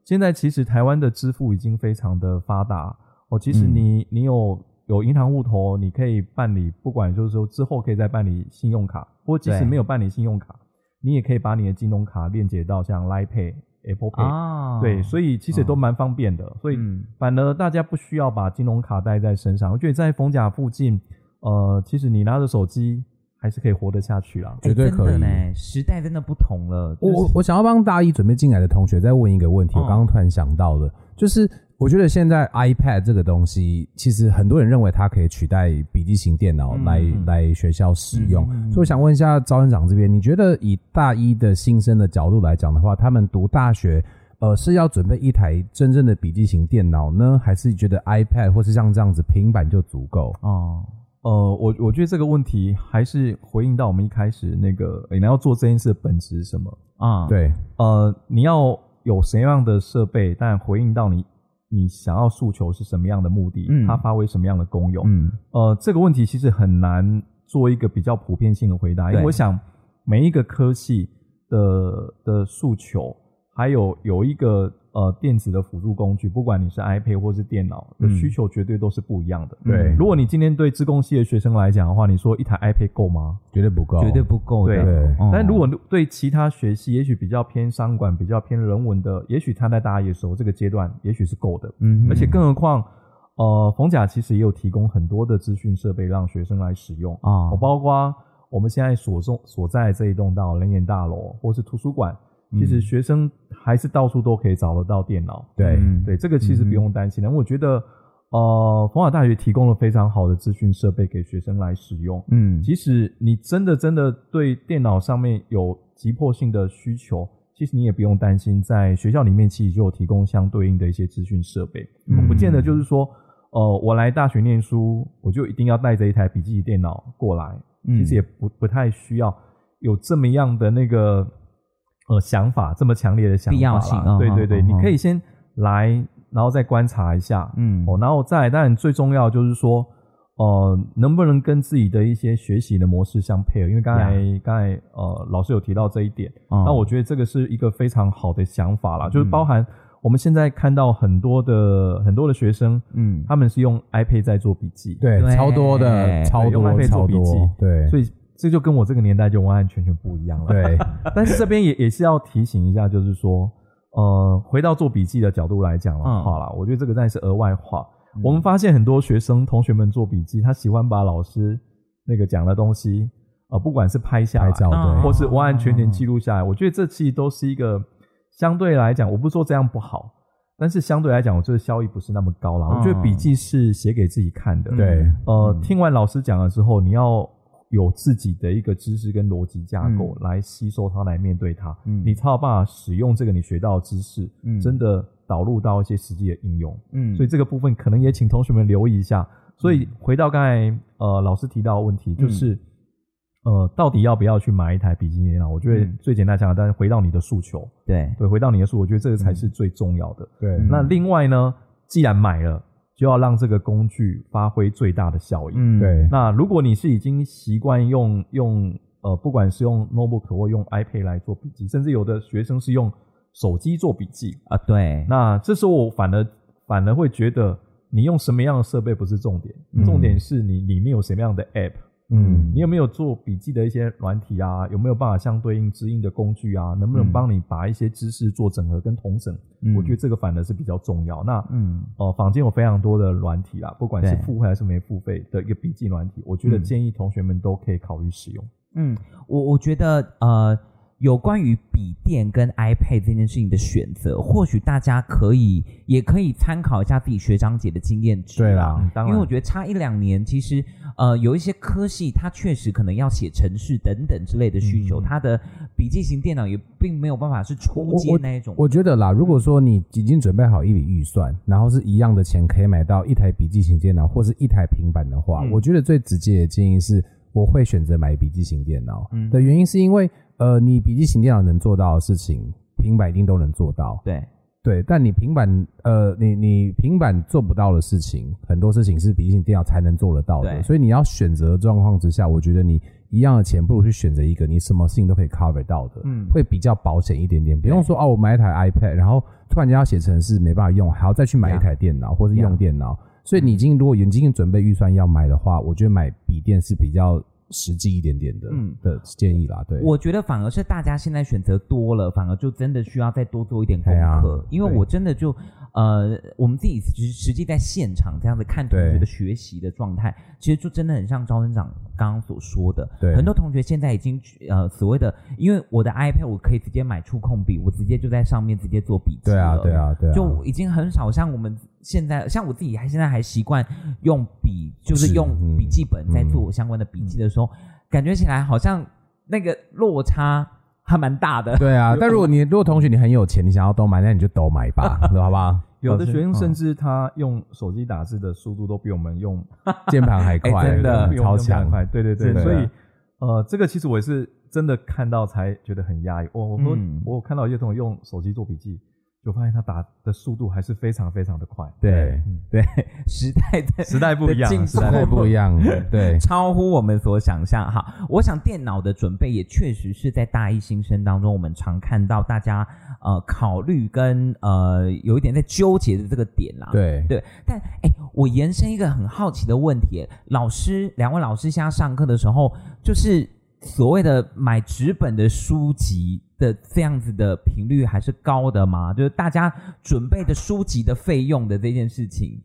[SPEAKER 4] 现在其实台湾的支付已经非常的发达哦。其实
[SPEAKER 2] 嗯
[SPEAKER 4] 你、你有有银行户头，你可以办理，不管就是说之后可以再办理信用卡，不过即使
[SPEAKER 2] 对
[SPEAKER 4] 没有办理信用卡，你也可以把你的金融卡链接到像 Line Pay、Apple Pay、
[SPEAKER 2] 啊，
[SPEAKER 4] 对，所以其实也都蛮方便的，所以
[SPEAKER 2] 嗯
[SPEAKER 4] 反而大家不需要把金融卡带在身上。我觉得在逢甲附近，呃，其实你拿着手机还是可以活得下去啦。
[SPEAKER 2] 哎
[SPEAKER 3] 绝对
[SPEAKER 2] 真的
[SPEAKER 3] 可以
[SPEAKER 2] 呢，时代真的不同了。
[SPEAKER 3] 我我我想要帮大一准备进来的同学再问一个问题，
[SPEAKER 4] 嗯
[SPEAKER 2] 哦
[SPEAKER 3] 我刚刚突然想到的，就是我觉得现在 iPad 这个东西，其实很多人认为它可以取代笔记型电脑
[SPEAKER 4] 嗯
[SPEAKER 3] 来、
[SPEAKER 4] 嗯
[SPEAKER 3] 来学校使用，
[SPEAKER 2] 嗯嗯嗯
[SPEAKER 3] 所以我想问一下招生长这边，你觉得以大一的新生的角度来讲的话，他们读大学？呃，是要准备一台真正的笔记型电脑呢，还是觉得 iPad 或是像这样子平板就足够？
[SPEAKER 2] 哦，
[SPEAKER 4] 呃，我我觉得这个问题还是回应到我们一开始那个，诶你要做这件事的本质是什么？
[SPEAKER 2] 啊，，
[SPEAKER 3] 对，
[SPEAKER 4] 呃，你要有什么样的设备，但回应到你你想要诉求是什么样的目的，
[SPEAKER 2] 嗯
[SPEAKER 4] 它发挥什么样的功用？
[SPEAKER 2] 嗯，
[SPEAKER 4] 呃，这个问题其实很难做一个比较普遍性的回答，因为
[SPEAKER 2] 对
[SPEAKER 4] 我想每一个科系的的诉求，还有有一个呃电子的辅助工具，不管你是 iPad 或是电脑的
[SPEAKER 2] 嗯
[SPEAKER 4] 需求，绝对都是不一样的。
[SPEAKER 3] 对
[SPEAKER 4] 如果你今天对自工系的学生来讲的话，你说一台 iPad 够吗？
[SPEAKER 3] 绝对不够，
[SPEAKER 2] 绝对不够的。
[SPEAKER 3] 对
[SPEAKER 2] 哦
[SPEAKER 4] 但如果对其他学系，也许比较偏商管、比较偏人文的，也许他在大一的时候这个阶段，也许是够的。
[SPEAKER 2] 嗯
[SPEAKER 4] 而且更何况，呃，冯甲其实也有提供很多的资讯设备让学生来使用啊，
[SPEAKER 2] 啊，
[SPEAKER 4] 包括我们现在所中所在的这一栋到人研大楼或是图书馆，其
[SPEAKER 3] 嗯
[SPEAKER 4] 实学生还是到处都可以找得到电脑。
[SPEAKER 3] 对
[SPEAKER 2] 嗯
[SPEAKER 4] 对，这个其实不用担心的。我觉得，呃，冯甲大学提供了非常好的资讯设备给学生来使用。
[SPEAKER 2] 嗯
[SPEAKER 4] 即使你真的真的对电脑上面有急迫性的需求，其实你也不用担心，在学校里面其实就有提供相对应的一些资讯设备，
[SPEAKER 2] 嗯
[SPEAKER 4] 不见得就是说，呃，我来大学念书，我就一定要带着一台笔记电脑过来，
[SPEAKER 2] 嗯
[SPEAKER 4] 其实也不不太需要有这么样的那个呃想法，这么强烈的想法啦
[SPEAKER 2] 必要性哦
[SPEAKER 4] 对对对，
[SPEAKER 2] 哦
[SPEAKER 4] 你
[SPEAKER 2] 哦
[SPEAKER 4] 可以先来然后再观察一下，
[SPEAKER 3] 嗯
[SPEAKER 4] 哦，然后再来当然最重要就是说，呃，能不能跟自己的一些学习的模式相配合？因为刚才刚才呃老师有提到这一点，
[SPEAKER 2] 哦
[SPEAKER 3] 嗯
[SPEAKER 4] 那我觉得这个是一个非常好的想法啦，就是
[SPEAKER 2] 嗯
[SPEAKER 4] 包含我们现在看到很多的很多的学生，
[SPEAKER 3] 嗯，
[SPEAKER 4] 他们是用 iPad 在做笔记，
[SPEAKER 3] 对，
[SPEAKER 2] 对
[SPEAKER 3] 超多的，超
[SPEAKER 4] 哎对用
[SPEAKER 3] 多
[SPEAKER 4] iPad
[SPEAKER 3] 超
[SPEAKER 4] 做笔记
[SPEAKER 3] 多，对，
[SPEAKER 4] 所以这就跟我这个年代就完完全全不一样了。，
[SPEAKER 3] 对，
[SPEAKER 4] [LAUGHS] 但是这边也也是要提醒一下，就是说，呃，回到做笔记的角度来讲了，
[SPEAKER 2] 嗯
[SPEAKER 4] 好了，我觉得这个暂是额外话。我们发现很多学生同学们做笔记，他喜欢把老师那个讲的东西，呃，不管是拍下来
[SPEAKER 3] 拍照
[SPEAKER 2] 嗯
[SPEAKER 3] 对，嗯
[SPEAKER 4] 或是完完全全记录下来。我觉得这其实都是一个相对来讲，我不是说这样不好，但是相对来讲，我觉得效益不是那么高啦。我觉得笔记是写给自己看的，
[SPEAKER 3] 嗯对
[SPEAKER 4] 呃，
[SPEAKER 3] 嗯
[SPEAKER 4] 听完老师讲了之后，你要有自己的一个知识跟逻辑架构来吸收它，来面对它，
[SPEAKER 3] 嗯
[SPEAKER 4] 你才有办法使用这个你学到的知识，
[SPEAKER 3] 嗯
[SPEAKER 4] 真的导入到一些实际的应用。
[SPEAKER 3] 嗯
[SPEAKER 4] 所以这个部分可能也请同学们留意一下。所以回到刚才呃老师提到的问题，
[SPEAKER 3] 嗯
[SPEAKER 4] 就是、呃到底要不要去买一台笔记电脑？我觉得
[SPEAKER 3] 嗯
[SPEAKER 4] 最简单想法，但是回到你的诉求，
[SPEAKER 2] 对，
[SPEAKER 4] 对，回到你的诉求，我觉得这个才
[SPEAKER 3] 嗯
[SPEAKER 4] 是最重要的。
[SPEAKER 3] [LAUGHS] 对，
[SPEAKER 4] 那另外呢，既然买了，就要让这个工具发挥最大的效益。
[SPEAKER 2] 嗯，
[SPEAKER 3] 对，
[SPEAKER 4] 那如果你是已经习惯用用呃，不管是用 notebook 或用 iPad 来做笔记，甚至有的学生是用手机做笔记，
[SPEAKER 2] 啊，对，
[SPEAKER 4] 那这时候我反而反而会觉得，你用什么样的设备不是重点，
[SPEAKER 3] 嗯
[SPEAKER 4] 重点是你里面有什么样的 app，
[SPEAKER 3] 嗯
[SPEAKER 4] 你有没有做笔记的一些软体啊，有没有办法相对应知应的工具啊，能不能
[SPEAKER 3] 嗯
[SPEAKER 4] 帮你把一些知识做整合跟统整？
[SPEAKER 3] 嗯
[SPEAKER 4] 我觉得这个反而是比较重要。那
[SPEAKER 3] 嗯
[SPEAKER 4] 呃，坊间有非常多的软体啦，不管是
[SPEAKER 2] 对
[SPEAKER 4] 付费还是没付费的一个笔记软体，我觉得
[SPEAKER 3] 嗯
[SPEAKER 4] 建议同学们都可以考虑使用。
[SPEAKER 2] 嗯，我我觉得呃，有关于笔电跟 iPad 这件事情的选择，或许大家可以也可以参考一下自己学长姐的经验值。
[SPEAKER 3] 对啦，
[SPEAKER 4] 嗯当
[SPEAKER 2] 因
[SPEAKER 4] 然，
[SPEAKER 2] 为我觉得差一两年，其实呃有一些科系，它确实可能要写程式等等之类的需求，
[SPEAKER 4] 嗯
[SPEAKER 2] 它的笔记型电脑也并没有办法是初阶那一种。
[SPEAKER 3] 我觉得啦，如果说你已经准备好一笔预
[SPEAKER 4] 嗯
[SPEAKER 3] 算，然后是一样的钱可以买到一台笔记型电脑或是一台平板的话，
[SPEAKER 4] 嗯
[SPEAKER 3] 我觉得最直接的建议是，我会选择买笔记型电脑。
[SPEAKER 4] 嗯
[SPEAKER 3] 的原因是因为，呃，你笔记型电脑能做到的事情，平板一定都能做到。
[SPEAKER 2] 对，
[SPEAKER 3] 对，但你平板，呃，你你平板做不到的事情，很多事情是笔记型电脑才能做得到的。
[SPEAKER 2] 对
[SPEAKER 3] 所以你要选择的状况之下，我觉得你一样的钱，不如去选择一个你什么事情都可以 cover 到的。
[SPEAKER 4] 嗯
[SPEAKER 3] 会比较保险一点点，不用说哦，我买一台 iPad，然后突然间要写程式没办法用，还要再去买一台电脑或是用电脑。所以你已经如果已经准备预算要买的话，我觉得买笔电是比较实际一点点的、
[SPEAKER 2] 嗯
[SPEAKER 3] 的建议啦。对，
[SPEAKER 2] 我觉得反而是大家现在选择多了，反而就真的需要再多做一点功
[SPEAKER 3] 对啊
[SPEAKER 2] 课，因为
[SPEAKER 3] 对
[SPEAKER 2] 我真的就呃，我们自己实实际在现场这样子看同学
[SPEAKER 3] 对
[SPEAKER 2] 的学习的状态，其实就真的很像招生长刚刚所说的，
[SPEAKER 3] 对
[SPEAKER 2] 很多同学现在已经呃所谓的，因为我的 iPad 我可以直接买触控笔，我直接就在上面直接做笔记
[SPEAKER 3] 对啊
[SPEAKER 2] 了，
[SPEAKER 3] 对啊对啊，
[SPEAKER 2] 就已经很少像我们现在，像我自己还现在还习惯用笔，就是
[SPEAKER 3] 是
[SPEAKER 2] 用
[SPEAKER 3] 嗯
[SPEAKER 2] 笔记本在做
[SPEAKER 3] 嗯
[SPEAKER 2] 相关的笔记的时候，感觉起来好像那个落差还蛮大的。
[SPEAKER 3] [LAUGHS] 对啊。但如果你如果同学你很有钱，你想要都买，那你就都买
[SPEAKER 2] [LAUGHS]
[SPEAKER 3] 吧，好不好？
[SPEAKER 4] 有的学生甚
[SPEAKER 3] 至
[SPEAKER 4] 至他用手机打字的速度都比我们用
[SPEAKER 3] 键盘还快，
[SPEAKER 2] 哎真的
[SPEAKER 3] 对超强。
[SPEAKER 4] 快，对对对，
[SPEAKER 3] 真的
[SPEAKER 4] 所以呃，这个其实我也是真的看到才觉得很压抑。我我说、
[SPEAKER 2] 嗯
[SPEAKER 4] 我有看到一些同学用手机做笔记，就发现他打的速度还是非常非常的快。
[SPEAKER 3] 对
[SPEAKER 4] 嗯
[SPEAKER 2] 对，嗯时代的
[SPEAKER 4] 时代不一样
[SPEAKER 2] 的进步
[SPEAKER 4] 时
[SPEAKER 3] 代不一
[SPEAKER 2] [LAUGHS]
[SPEAKER 3] 样，对，
[SPEAKER 2] 超乎我们所想象哈。我想电脑的准备也确实是在大一新生当中，我们常看到大家呃考虑跟呃有一点在纠结的这个点啦。
[SPEAKER 3] 对，
[SPEAKER 2] 对，但哎、我延伸一个很好奇的问题，老师，两位老师现在上课的时候，就是所谓的买纸本的书籍的这样子的频率还是高的吗？就是大家准备的书籍的费用的这件事情，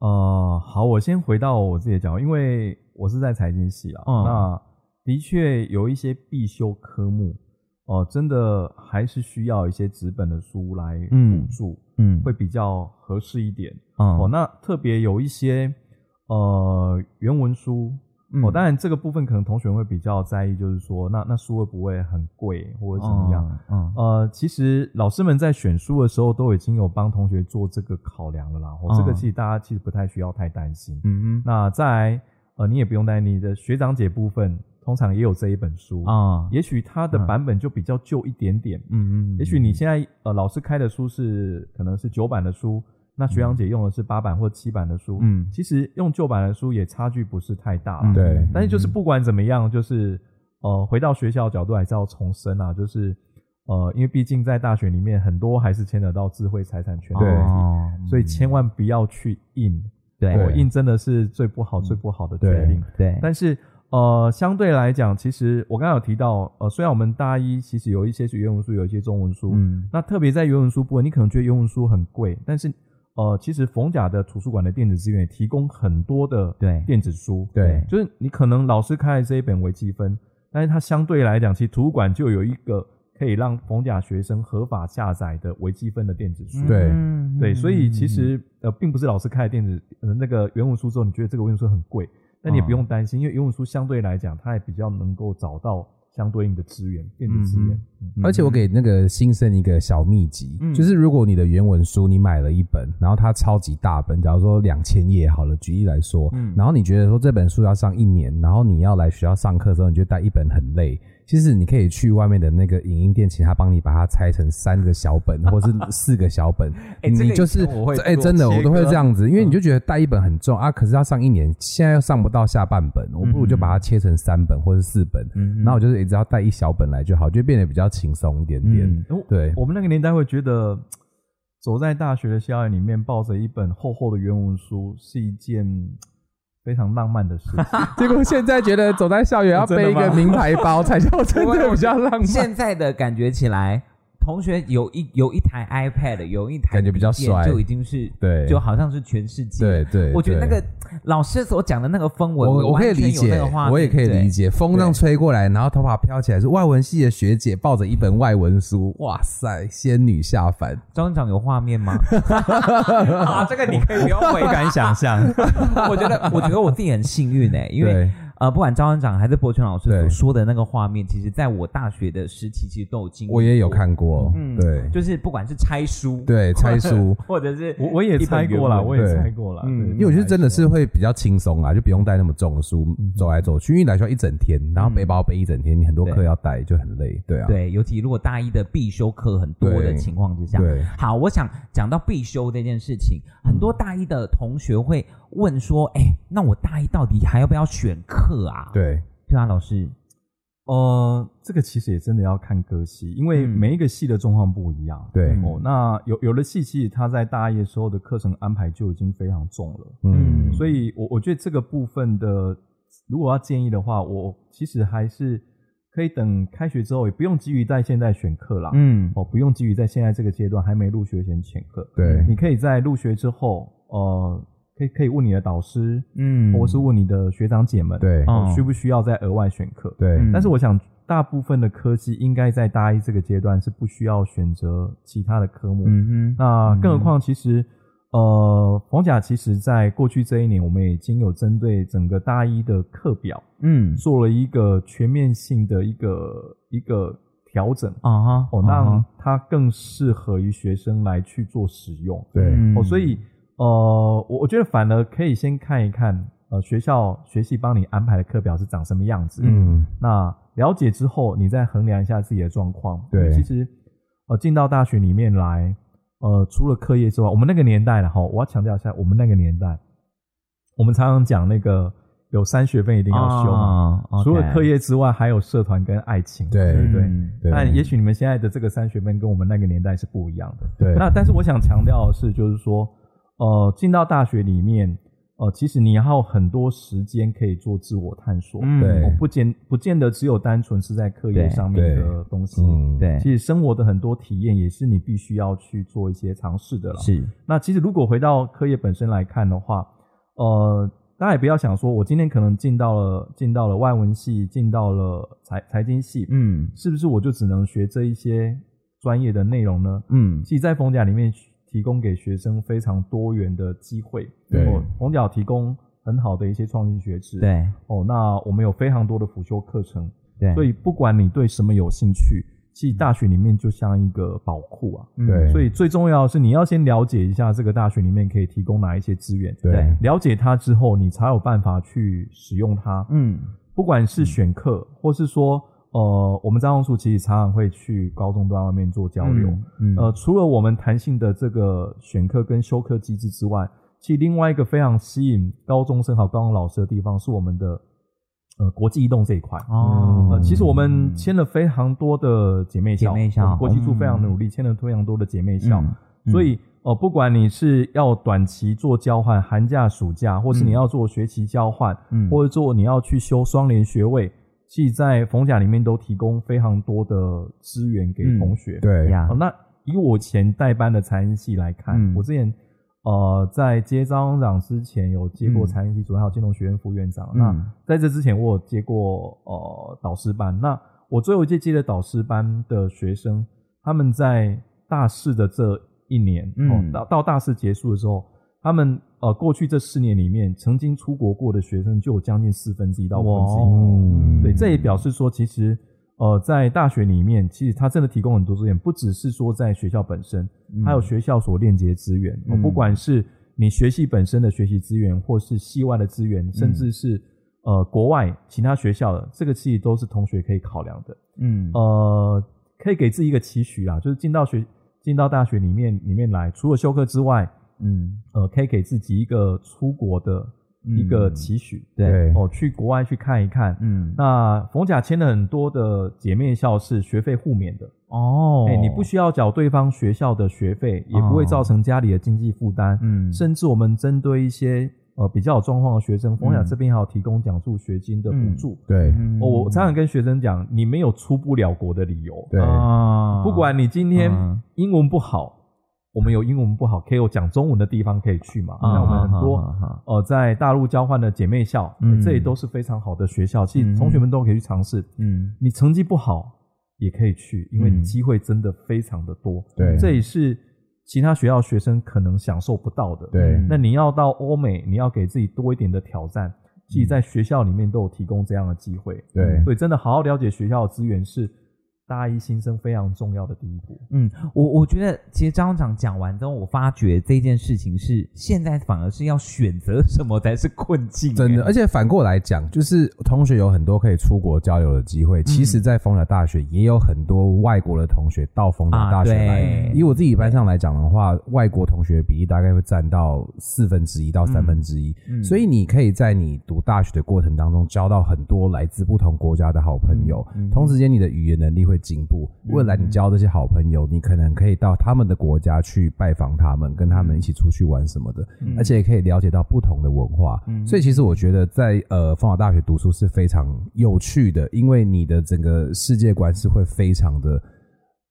[SPEAKER 4] 呃，好，我先回到我自己的讲，因为我是在财经系啊，
[SPEAKER 2] 嗯
[SPEAKER 4] 那的确有一些必修科目，哦、真的还是需要一些纸本的书来
[SPEAKER 2] 嗯
[SPEAKER 4] 辅助，
[SPEAKER 2] 嗯
[SPEAKER 4] 会比较合适一点。
[SPEAKER 2] 哦
[SPEAKER 4] 哦，那特别有一些呃原文书。
[SPEAKER 2] 嗯
[SPEAKER 4] 哦，当然这个部分可能同学会比较在意，就是说那那书会不会很贵或者怎么样？？
[SPEAKER 2] 嗯
[SPEAKER 4] 呃，其实老师们在选书的时候都已经有帮同学做这个考量了啦。哦，这个
[SPEAKER 2] 嗯
[SPEAKER 4] 其实大家其实不太需要太担心。
[SPEAKER 2] 嗯
[SPEAKER 4] 那再来呃，你也不用担心，你的学长姐部分通常也有这一本书
[SPEAKER 2] 哼，啊，
[SPEAKER 4] 也许它的
[SPEAKER 2] 嗯
[SPEAKER 4] 版本就比较旧一点点，
[SPEAKER 2] 嗯嗯，
[SPEAKER 4] 也许你现在呃老师开的书是可能是九版的书，那学
[SPEAKER 2] 嗯
[SPEAKER 4] 长姐用的是八版或七版的书，
[SPEAKER 5] 嗯
[SPEAKER 4] 其实用旧版的书也差距不是太大了，
[SPEAKER 5] 嗯
[SPEAKER 3] 对
[SPEAKER 4] 但是就是不管怎么样，就是呃，回到学校的角度还是要重申啊，就是呃，因为毕竟在大学里面很多还是牵扯到智慧财产权的
[SPEAKER 3] 对
[SPEAKER 4] 问题，
[SPEAKER 5] 哦
[SPEAKER 2] 嗯
[SPEAKER 5] 嗯
[SPEAKER 4] 所以千万不要去印，
[SPEAKER 2] 对
[SPEAKER 4] 我印真的是最不好、最不好的决定。
[SPEAKER 2] 对，
[SPEAKER 4] 但是呃，相对来讲，其实我刚刚有提到，呃，虽然我们大一其实有一些是原文书，有一些中文书，
[SPEAKER 5] 嗯
[SPEAKER 4] 那特别在原文书部分，你可能觉得原文书很贵，但是呃，其实逢甲的图书馆的电子资源也提供很多的
[SPEAKER 2] 对
[SPEAKER 4] 电子书，
[SPEAKER 3] 对
[SPEAKER 4] 就是你可能老师开的这一本微积分，但是它相对来讲，其实图书馆就有一个可以让逢甲学生合法下载的微积分的电子书，
[SPEAKER 3] 对
[SPEAKER 2] 嗯
[SPEAKER 4] 对，所以
[SPEAKER 2] 嗯
[SPEAKER 4] 其
[SPEAKER 2] 嗯
[SPEAKER 4] 实呃，并不是老师开的电子、呃、那个原文书之后，你觉得这个原文书很贵，但你也不用担心，因为原文书相对来讲，它也比较能够找到相对应的资源，电子资源。嗯
[SPEAKER 3] 而且我给那个新生一个小秘籍，
[SPEAKER 2] 嗯
[SPEAKER 3] 就是如果你的原文书你买了一本，然后它超级大本，假如说两千页好了，举例来说，
[SPEAKER 5] 嗯
[SPEAKER 3] 然后你觉得说这本书要上一年，然后你要来学校上课的时候，你就带一本很累。其实你可以去外面的那个影音店，请他帮你把它拆成三个小本，
[SPEAKER 5] [LAUGHS]
[SPEAKER 3] 或是四个小本。
[SPEAKER 5] 哎这个
[SPEAKER 3] 你
[SPEAKER 5] 以
[SPEAKER 3] 就
[SPEAKER 5] 前
[SPEAKER 3] 是
[SPEAKER 5] 我会
[SPEAKER 3] 哎、
[SPEAKER 5] 做
[SPEAKER 3] 真的我都会
[SPEAKER 5] 切割嗯
[SPEAKER 3] 这样子，因为你就觉得带一本很重啊，可是要上一年，现在又上不到下半本，我不如就
[SPEAKER 5] 嗯
[SPEAKER 3] 把它切成三本或是四本，然
[SPEAKER 2] 嗯
[SPEAKER 3] 后我就是只要带一小本来就好，就变得比较轻松一点点。
[SPEAKER 5] 嗯
[SPEAKER 4] 我
[SPEAKER 3] 对
[SPEAKER 4] 我们那个年代会觉得，走在大学的校园里面，抱着一本厚厚的原文书是一件非常浪漫的事情。
[SPEAKER 3] [LAUGHS] [LAUGHS] 结果现在觉得走在校园
[SPEAKER 2] [LAUGHS]
[SPEAKER 3] 要背一
[SPEAKER 4] 真的
[SPEAKER 3] 个
[SPEAKER 4] 吗
[SPEAKER 3] 名牌包才叫真的比较浪
[SPEAKER 2] [LAUGHS]
[SPEAKER 3] 漫，
[SPEAKER 2] 现在的感觉起来，同学有一有一台 iPad，有一台
[SPEAKER 3] 感觉比较
[SPEAKER 2] 笔电
[SPEAKER 3] 帅
[SPEAKER 2] 就已经是
[SPEAKER 3] 对
[SPEAKER 2] 就好像是全世界。
[SPEAKER 3] 对对
[SPEAKER 2] 我觉得那
[SPEAKER 3] 对
[SPEAKER 2] 个老师所讲的那个氛围，
[SPEAKER 3] 我我可以
[SPEAKER 2] 完全
[SPEAKER 3] 理
[SPEAKER 2] 有那
[SPEAKER 3] 解
[SPEAKER 2] 个画，面
[SPEAKER 3] 我也可以理。
[SPEAKER 2] 对
[SPEAKER 3] 解。风这样吹过来，然后头发飘起来，是外文系的学姐抱着一本外文书，哇塞，仙女下凡。
[SPEAKER 2] 张院长有画面
[SPEAKER 3] [LAUGHS]
[SPEAKER 2] 吗？ [LAUGHS] 啊，这个你可以不用回
[SPEAKER 5] 不敢想象。
[SPEAKER 2] 我觉得，我觉得我自己很幸运哎、因为
[SPEAKER 3] [LAUGHS] 对
[SPEAKER 2] 呃，不管张院长还是博泉老师
[SPEAKER 3] 对
[SPEAKER 2] 所说的那个画面，其实在我大学的时期，其实都有经历。
[SPEAKER 3] 我也有，看过，
[SPEAKER 2] 嗯
[SPEAKER 3] 对
[SPEAKER 2] 就是不管是拆书，
[SPEAKER 3] 对，拆书。
[SPEAKER 2] [LAUGHS] 或者是
[SPEAKER 4] 我我也
[SPEAKER 2] 一本
[SPEAKER 4] 猜
[SPEAKER 2] 原
[SPEAKER 4] 过了，
[SPEAKER 2] 文
[SPEAKER 4] 我也
[SPEAKER 3] 对
[SPEAKER 4] 猜过了，
[SPEAKER 5] 嗯
[SPEAKER 4] 对
[SPEAKER 3] 因为我觉得真的是会比较轻松啊，就不用带那么重的书
[SPEAKER 4] 嗯
[SPEAKER 3] 走来走去，因为来学校一整天，然后背包背一整天，你很多课
[SPEAKER 2] 对
[SPEAKER 3] 要带就很累，对啊，
[SPEAKER 2] 对，尤其如果大一的必修课很多的
[SPEAKER 3] 对
[SPEAKER 2] 情况之下，
[SPEAKER 3] 对
[SPEAKER 2] 好，我想讲到必修这件事情，很
[SPEAKER 4] 嗯
[SPEAKER 2] 多大一的同学会问说，哎、那我大一到底还要不要选课啊？，
[SPEAKER 3] 对
[SPEAKER 2] 对啊，老师，
[SPEAKER 4] 呃，这个其实也真的要看各系，因为
[SPEAKER 2] 嗯
[SPEAKER 4] 每一个系的状况不一样。
[SPEAKER 3] 对
[SPEAKER 4] 哦，那有有的系其实他在大一的时候的课程安排就已经非常重了，
[SPEAKER 3] 嗯，
[SPEAKER 4] 所以我我觉得这个部分的，如果要建议的话，我其实还是可以等开学之后，也不用急于在现在选课啦。
[SPEAKER 5] 嗯，
[SPEAKER 4] 哦，不用急于在现在这个阶段还没入学前选课。
[SPEAKER 3] 对
[SPEAKER 4] 你可以在入学之后，呃，可以可以问你的导师，
[SPEAKER 5] 嗯
[SPEAKER 4] 或是问你的学长姐们，
[SPEAKER 3] 对
[SPEAKER 4] 哦
[SPEAKER 5] 嗯
[SPEAKER 4] 需不需要再额外选课？
[SPEAKER 3] 对
[SPEAKER 5] 嗯
[SPEAKER 4] 但是我想，大部分的科技应该在大一这个阶段是不需要选择其他的科目。
[SPEAKER 5] 嗯哼，
[SPEAKER 4] 那更何况，其实、呃，黄甲其实在过去这一年，我们已经有针对整个大一的课表
[SPEAKER 5] 嗯
[SPEAKER 4] 做了一个全面性的一个一个调整，
[SPEAKER 2] 啊哈，
[SPEAKER 4] 哦，让它更适合于学生来去做使用。
[SPEAKER 3] 对
[SPEAKER 2] 嗯
[SPEAKER 4] 哦，所以呃，我我觉得反而可以先看一看，呃，学校学系帮你安排的课表是长什么样子。
[SPEAKER 3] 嗯
[SPEAKER 4] 那了解之后，你再衡量一下自己的状况。
[SPEAKER 3] 对
[SPEAKER 4] 其实呃，进到大学里面来，呃，除了课业之外，我们那个年代了哈，我要强调一下，我们那个年代，我们常常讲那个有三学分一定要修嘛，
[SPEAKER 2] 啊，OK
[SPEAKER 4] 除了课，业之外，还有社团跟爱情。
[SPEAKER 3] 哦对
[SPEAKER 4] 对不对。
[SPEAKER 2] 嗯
[SPEAKER 3] 对，
[SPEAKER 4] 但也许你们现在的这个三学分跟我们那个年代是不一样的。
[SPEAKER 3] 对
[SPEAKER 4] 那但是我想强调的是，就是说，呃，进到大学里面，呃，其实你还有很多时间可以做自我探索。
[SPEAKER 5] 嗯
[SPEAKER 3] 对
[SPEAKER 4] 哦不见不见得只有单纯是在课业
[SPEAKER 2] 对
[SPEAKER 4] 上面的
[SPEAKER 3] 对
[SPEAKER 4] 东西。
[SPEAKER 3] 嗯
[SPEAKER 2] 对，
[SPEAKER 4] 其实生活的很多体验也是你必须要去做一些尝试的了。
[SPEAKER 2] 是，
[SPEAKER 4] 那其实如果回到课业本身来看的话，呃，大家也不要想说我今天可能进到了进到了外文系，进到了财财经系，
[SPEAKER 5] 嗯
[SPEAKER 4] 是不是我就只能学这一些专业的内容呢？
[SPEAKER 5] 嗯
[SPEAKER 4] 其实，在冯甲里面提供给学生非常多元的机会，
[SPEAKER 3] 对
[SPEAKER 4] 哦冯甲有提供很好的一些创新学制，，
[SPEAKER 2] 对
[SPEAKER 4] 哦，那我们有非常多的辅修课程，
[SPEAKER 2] 对，
[SPEAKER 4] 所以不管你对什么有兴趣，其实大学里面就像一个宝库啊，
[SPEAKER 2] 嗯
[SPEAKER 3] 对，
[SPEAKER 4] 所以最重要的是你要先了解一下这个大学里面可以提供哪一些资源，
[SPEAKER 3] 对
[SPEAKER 2] 对
[SPEAKER 4] 了解它之后，你才有办法去使用它，
[SPEAKER 5] 嗯
[SPEAKER 4] 不管是选课，或是说呃呃，我们彰化处其实常常会去高中端外面做交流。
[SPEAKER 2] 嗯，
[SPEAKER 4] 呃，除了我们弹性的这个选课跟修课机制之外，其实另外一个非常吸引高中生和高中老师的地方是我们的呃国际移动这一块。
[SPEAKER 2] 哦
[SPEAKER 4] 呃，其实我们签了非常多的姐妹校，
[SPEAKER 2] 姐妹校嗯
[SPEAKER 4] 我们国际处非常努力，签了非常多的姐妹校，所以。哦，不管你是要短期做交换，寒假、暑假，或是你要做学期交换，
[SPEAKER 2] 嗯
[SPEAKER 4] 或者做你要去修双联学位，其实在逢甲里面都提供非常多的资源给
[SPEAKER 2] 嗯
[SPEAKER 4] 同学。
[SPEAKER 3] 对，
[SPEAKER 2] 呀
[SPEAKER 4] 哦，，那以我以前代班的餐饮系来看，
[SPEAKER 2] 嗯
[SPEAKER 4] 我之前呃在接张长之前有接过餐饮系主任，还有金融学院副院长。
[SPEAKER 2] 嗯
[SPEAKER 4] 那在这之前，我有接过呃导师班。那我最后一届接的导师班的学生，他们在大四的这一年，
[SPEAKER 2] 嗯
[SPEAKER 4] 哦，到到大四结束的时候。他们呃，过去这四年里面，曾经出国过的学生就有将近四分之一到五分之一。
[SPEAKER 3] 嗯
[SPEAKER 4] 对，这也表示说，其实呃，在大学里面，其实它真的提供很多资源，不只是说在学校本身，还有学校所链接资源、哦
[SPEAKER 2] 嗯
[SPEAKER 4] 不管是你学系本身的学习资源，或是系外的资源，甚
[SPEAKER 2] 嗯
[SPEAKER 4] 至是呃国外其他学校的，这个其实都是同学可以考量的。
[SPEAKER 2] 嗯，
[SPEAKER 4] 呃，可以给自己一个期许啦，就是进到学进到大学里面里面来，除了修课之外，
[SPEAKER 2] 嗯，
[SPEAKER 4] 呃，可以给自己一个出国的一个
[SPEAKER 2] 嗯
[SPEAKER 4] 期许。
[SPEAKER 2] 对，
[SPEAKER 4] 哦，去国外去看一看，
[SPEAKER 2] 嗯，
[SPEAKER 4] 那逢甲签了很多的姐妹校是学费互免的，
[SPEAKER 2] 哦，
[SPEAKER 4] 哎、你不需要缴对方学校的学费，也不会造成家里的经济负担。
[SPEAKER 2] 嗯
[SPEAKER 4] 甚至我们针对一些呃比较有状况的学生，逢甲
[SPEAKER 2] 嗯
[SPEAKER 4] 这边还有提供奖助学金的补助。
[SPEAKER 3] 对，
[SPEAKER 2] 嗯
[SPEAKER 4] 哦我常常跟学生讲，你没有出不了国的理由。
[SPEAKER 3] 对哦
[SPEAKER 2] 啊
[SPEAKER 4] 不管你今天
[SPEAKER 2] 嗯
[SPEAKER 4] 英文不好，我们有英文不好可以有讲中文的地方可以去嘛？
[SPEAKER 2] 啊
[SPEAKER 4] 那我们很
[SPEAKER 2] 啊啊啊
[SPEAKER 4] 多呃在大陆交换的姐妹校，呃
[SPEAKER 2] 嗯
[SPEAKER 4] 这里都是非常好的学校，其
[SPEAKER 2] 嗯
[SPEAKER 4] 实同学们都可以去尝试。
[SPEAKER 2] 嗯
[SPEAKER 4] 你成绩不好也可以去，因为
[SPEAKER 2] 嗯
[SPEAKER 4] 机会真的非常的多。
[SPEAKER 3] 对
[SPEAKER 4] 这也是其他学校学生可能享受不到的。
[SPEAKER 3] 对
[SPEAKER 4] 那你要到欧美，你要给自己多一点的挑战。自己
[SPEAKER 2] 嗯
[SPEAKER 4] 在学校里面都有提供这样的机会，
[SPEAKER 3] 对
[SPEAKER 4] 所以真的好好了解学校的资源是大一新生非常重要的第一步。
[SPEAKER 2] 嗯，我我觉得其实张长讲完之后，我发觉这件事情是现在反而是要选择什么才是困境、
[SPEAKER 3] 真的，
[SPEAKER 2] 哎
[SPEAKER 3] 而且反过来讲，就是同学有很多可以出国交流的机会。其
[SPEAKER 2] 嗯
[SPEAKER 3] 实，在丰甲大学也有很多外国的同学到丰甲大学
[SPEAKER 2] 啊
[SPEAKER 3] 来
[SPEAKER 2] 对。
[SPEAKER 3] 以我自己班上来讲的话，外国同学比例大概会占到四分之一到三分之一
[SPEAKER 2] 嗯。
[SPEAKER 3] 所以，你可以在你读大学的过程当中，交到很多来自不同国家的好朋友。
[SPEAKER 2] 嗯
[SPEAKER 3] 同时间，你的语言能力会进步。未来你交这些好朋友，你可能可以到他们的国家去拜访他们，跟他们
[SPEAKER 2] 嗯
[SPEAKER 3] 一起出去玩什么的。而且也可以了解到不同的文化。
[SPEAKER 2] 嗯
[SPEAKER 3] 所以其实我觉得在呃凤凰大学读书是非常有趣的，因为你的整个世界观是会非常的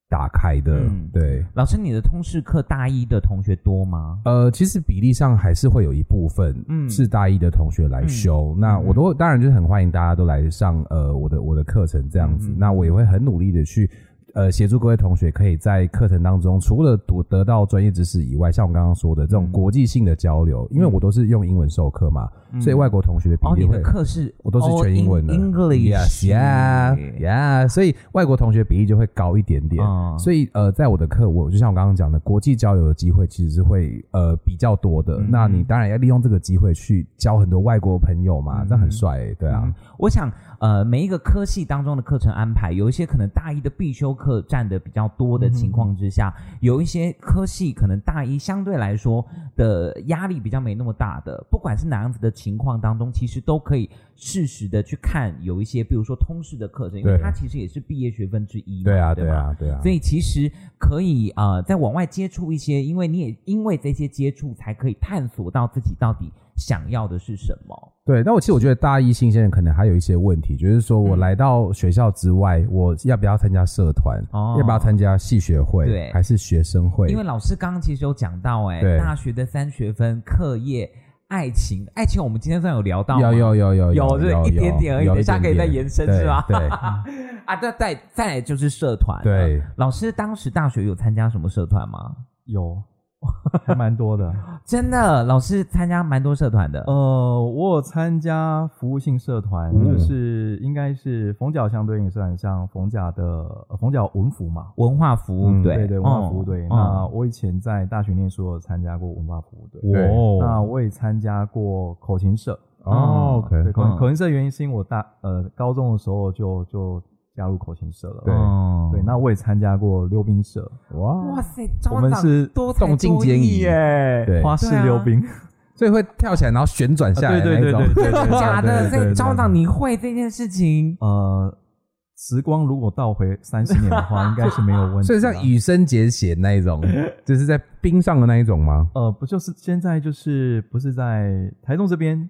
[SPEAKER 3] 打开的。
[SPEAKER 2] 嗯
[SPEAKER 3] 对，
[SPEAKER 2] 老师，你的通识课大一的同学多吗？
[SPEAKER 3] 呃，其实比例上还是会有一部分
[SPEAKER 2] 嗯
[SPEAKER 3] 是大一的同学来修。那我都当然就是很欢迎大家都来上呃我的我的课程这样
[SPEAKER 2] 嗯
[SPEAKER 3] 子。那我也会很努力的去。呃，协助各位同学可以在课程当中，除了读得到专业知识以外，像我刚刚说的这
[SPEAKER 2] 嗯
[SPEAKER 3] 种国际性的交流，因为我都是用英文授课嘛，所以外国同学的比
[SPEAKER 2] 哦，
[SPEAKER 3] 例
[SPEAKER 2] 你
[SPEAKER 3] 会
[SPEAKER 2] 的课是哦嗯
[SPEAKER 3] 我都是全英文的
[SPEAKER 2] all in English
[SPEAKER 3] Yes, yeah, yeah。所以外国同学比例就会高一点点。
[SPEAKER 2] 嗯
[SPEAKER 3] 所以呃，在我的课，我就像我刚刚讲的，国际交流的机会其实是会呃比较多的。
[SPEAKER 2] 嗯
[SPEAKER 3] 那你当然要利用这个机会去交很多外国朋友嘛，这样很帅、欸，对啊。
[SPEAKER 2] 嗯我想，呃，每一个科系当中的课程安排，有一些可能大一的必修课占的比较多的情
[SPEAKER 3] 嗯
[SPEAKER 2] 况之下，有一些科系可能大一相对来说的压力比较没那么大的，不管是哪样子的情况当中，其实都可以适时的去看有一些，比如说通识的课程，因为
[SPEAKER 3] 对
[SPEAKER 2] 它其实也是毕业学分之一嘛，
[SPEAKER 3] 对啊，
[SPEAKER 2] 对
[SPEAKER 3] 对
[SPEAKER 2] 吧
[SPEAKER 3] 啊，对啊，
[SPEAKER 2] 所以其实可以呃，再往外接触一些，因为你也因为这些接触，才可以探索到自己到底想要的是什么。
[SPEAKER 3] 对。那我其实我觉得大一新鲜人可能还有一些问题，就是说
[SPEAKER 2] 嗯
[SPEAKER 3] 我来到学校之外，我要不要参加社团？
[SPEAKER 2] 哦
[SPEAKER 3] 要不要参加系学会？
[SPEAKER 2] 对
[SPEAKER 3] 还是学生会？
[SPEAKER 2] 因为老师刚刚其实有讲到、哎，
[SPEAKER 3] 对
[SPEAKER 2] 大学的三学分、课业、爱情，爱情我们今天算有聊到吗
[SPEAKER 3] 有有有有
[SPEAKER 2] 有，就是
[SPEAKER 3] 有
[SPEAKER 2] 一点点而已，
[SPEAKER 3] 有
[SPEAKER 2] 等
[SPEAKER 3] 一
[SPEAKER 2] 一下
[SPEAKER 3] 点
[SPEAKER 2] 可以再
[SPEAKER 3] 点
[SPEAKER 2] 延伸
[SPEAKER 3] 对
[SPEAKER 2] 是吧？
[SPEAKER 3] 对。
[SPEAKER 2] [LAUGHS] 啊，再再再来就是社团了，啊
[SPEAKER 3] 对
[SPEAKER 2] 老师当时大学有参加什么社团吗？
[SPEAKER 4] 有， [LAUGHS] 还蛮多的。
[SPEAKER 2] 真的，老师参加蛮多社团的，
[SPEAKER 4] 呃，我有参加服务性社团，
[SPEAKER 3] 嗯
[SPEAKER 4] 就是应该是冯甲相对应的社团，像冯甲的呃冯甲文服嘛。
[SPEAKER 2] 文化服务
[SPEAKER 3] 嗯
[SPEAKER 2] 队，
[SPEAKER 4] 对对，文化服务队。
[SPEAKER 3] 哦
[SPEAKER 2] 嗯
[SPEAKER 4] 那我以前在大学念书有参加过文化服务队，
[SPEAKER 3] 对
[SPEAKER 4] 那我也参加过口琴社。
[SPEAKER 3] 哦
[SPEAKER 4] 对，
[SPEAKER 3] ，OK，
[SPEAKER 4] 口
[SPEAKER 2] 嗯
[SPEAKER 4] 口琴社原因是因为我大呃高中的时候就就加入口琴社了。
[SPEAKER 3] 对
[SPEAKER 2] 哦
[SPEAKER 4] 对，那我也参加过溜冰社，
[SPEAKER 2] 哇
[SPEAKER 3] 哇，
[SPEAKER 2] 塞，
[SPEAKER 4] 我们是
[SPEAKER 2] 多才
[SPEAKER 3] 动静
[SPEAKER 2] 多
[SPEAKER 3] 兼
[SPEAKER 2] 艺
[SPEAKER 3] 宜
[SPEAKER 2] 耶，
[SPEAKER 3] 对
[SPEAKER 4] 花式溜冰， [LAUGHS]
[SPEAKER 3] 所以会跳起来，然后旋转下来
[SPEAKER 4] 啊对
[SPEAKER 3] 那
[SPEAKER 4] 对
[SPEAKER 3] 一种
[SPEAKER 4] 对。
[SPEAKER 3] [LAUGHS]
[SPEAKER 4] 对对
[SPEAKER 2] 真的假
[SPEAKER 4] 对
[SPEAKER 2] 的？
[SPEAKER 4] 对
[SPEAKER 2] 所
[SPEAKER 4] 对
[SPEAKER 2] 以
[SPEAKER 4] 对
[SPEAKER 2] 张导你会这件事情，
[SPEAKER 4] 呃，时光如果倒回三十年的
[SPEAKER 3] [LAUGHS]
[SPEAKER 4] 话，应该是没有问题啦。
[SPEAKER 3] 所以像羽生结弦那一种，就是在冰上的那一种吗？
[SPEAKER 4] 呃，不就是现在就是不是在台中这边，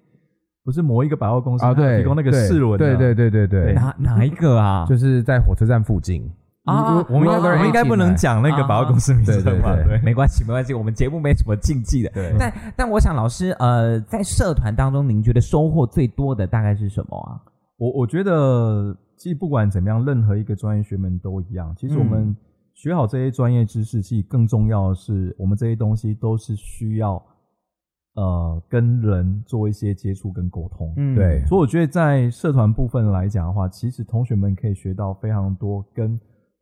[SPEAKER 4] 不是某一个百货公司
[SPEAKER 3] 啊，
[SPEAKER 4] 它有
[SPEAKER 3] 对，
[SPEAKER 4] 提供那个
[SPEAKER 3] 对
[SPEAKER 4] 四轮的，
[SPEAKER 3] 对对对对对，
[SPEAKER 2] 哪哪一个啊？
[SPEAKER 3] 就是在火车站附近。
[SPEAKER 2] 啊，
[SPEAKER 4] 我们
[SPEAKER 3] 啊
[SPEAKER 4] 应该我们应该不能讲那个百货公司名称吧？
[SPEAKER 3] 对对对
[SPEAKER 4] 对，
[SPEAKER 2] 没关系，没关系，我们节目没什么禁忌的。
[SPEAKER 3] 对
[SPEAKER 2] 但但我想，老师，呃，在社团当中，您觉得收获最多的大概是什么啊？
[SPEAKER 4] 我我觉得，其实不管怎么样，任何一个专业学门都一样。其实我们学好这些专业知识，其实更重要的是，我们这些东西都是需要呃跟人做一些接触跟沟通。
[SPEAKER 2] 嗯
[SPEAKER 3] 对
[SPEAKER 4] 所以我觉得在社团部分来讲的话，其实同学们可以学到非常多跟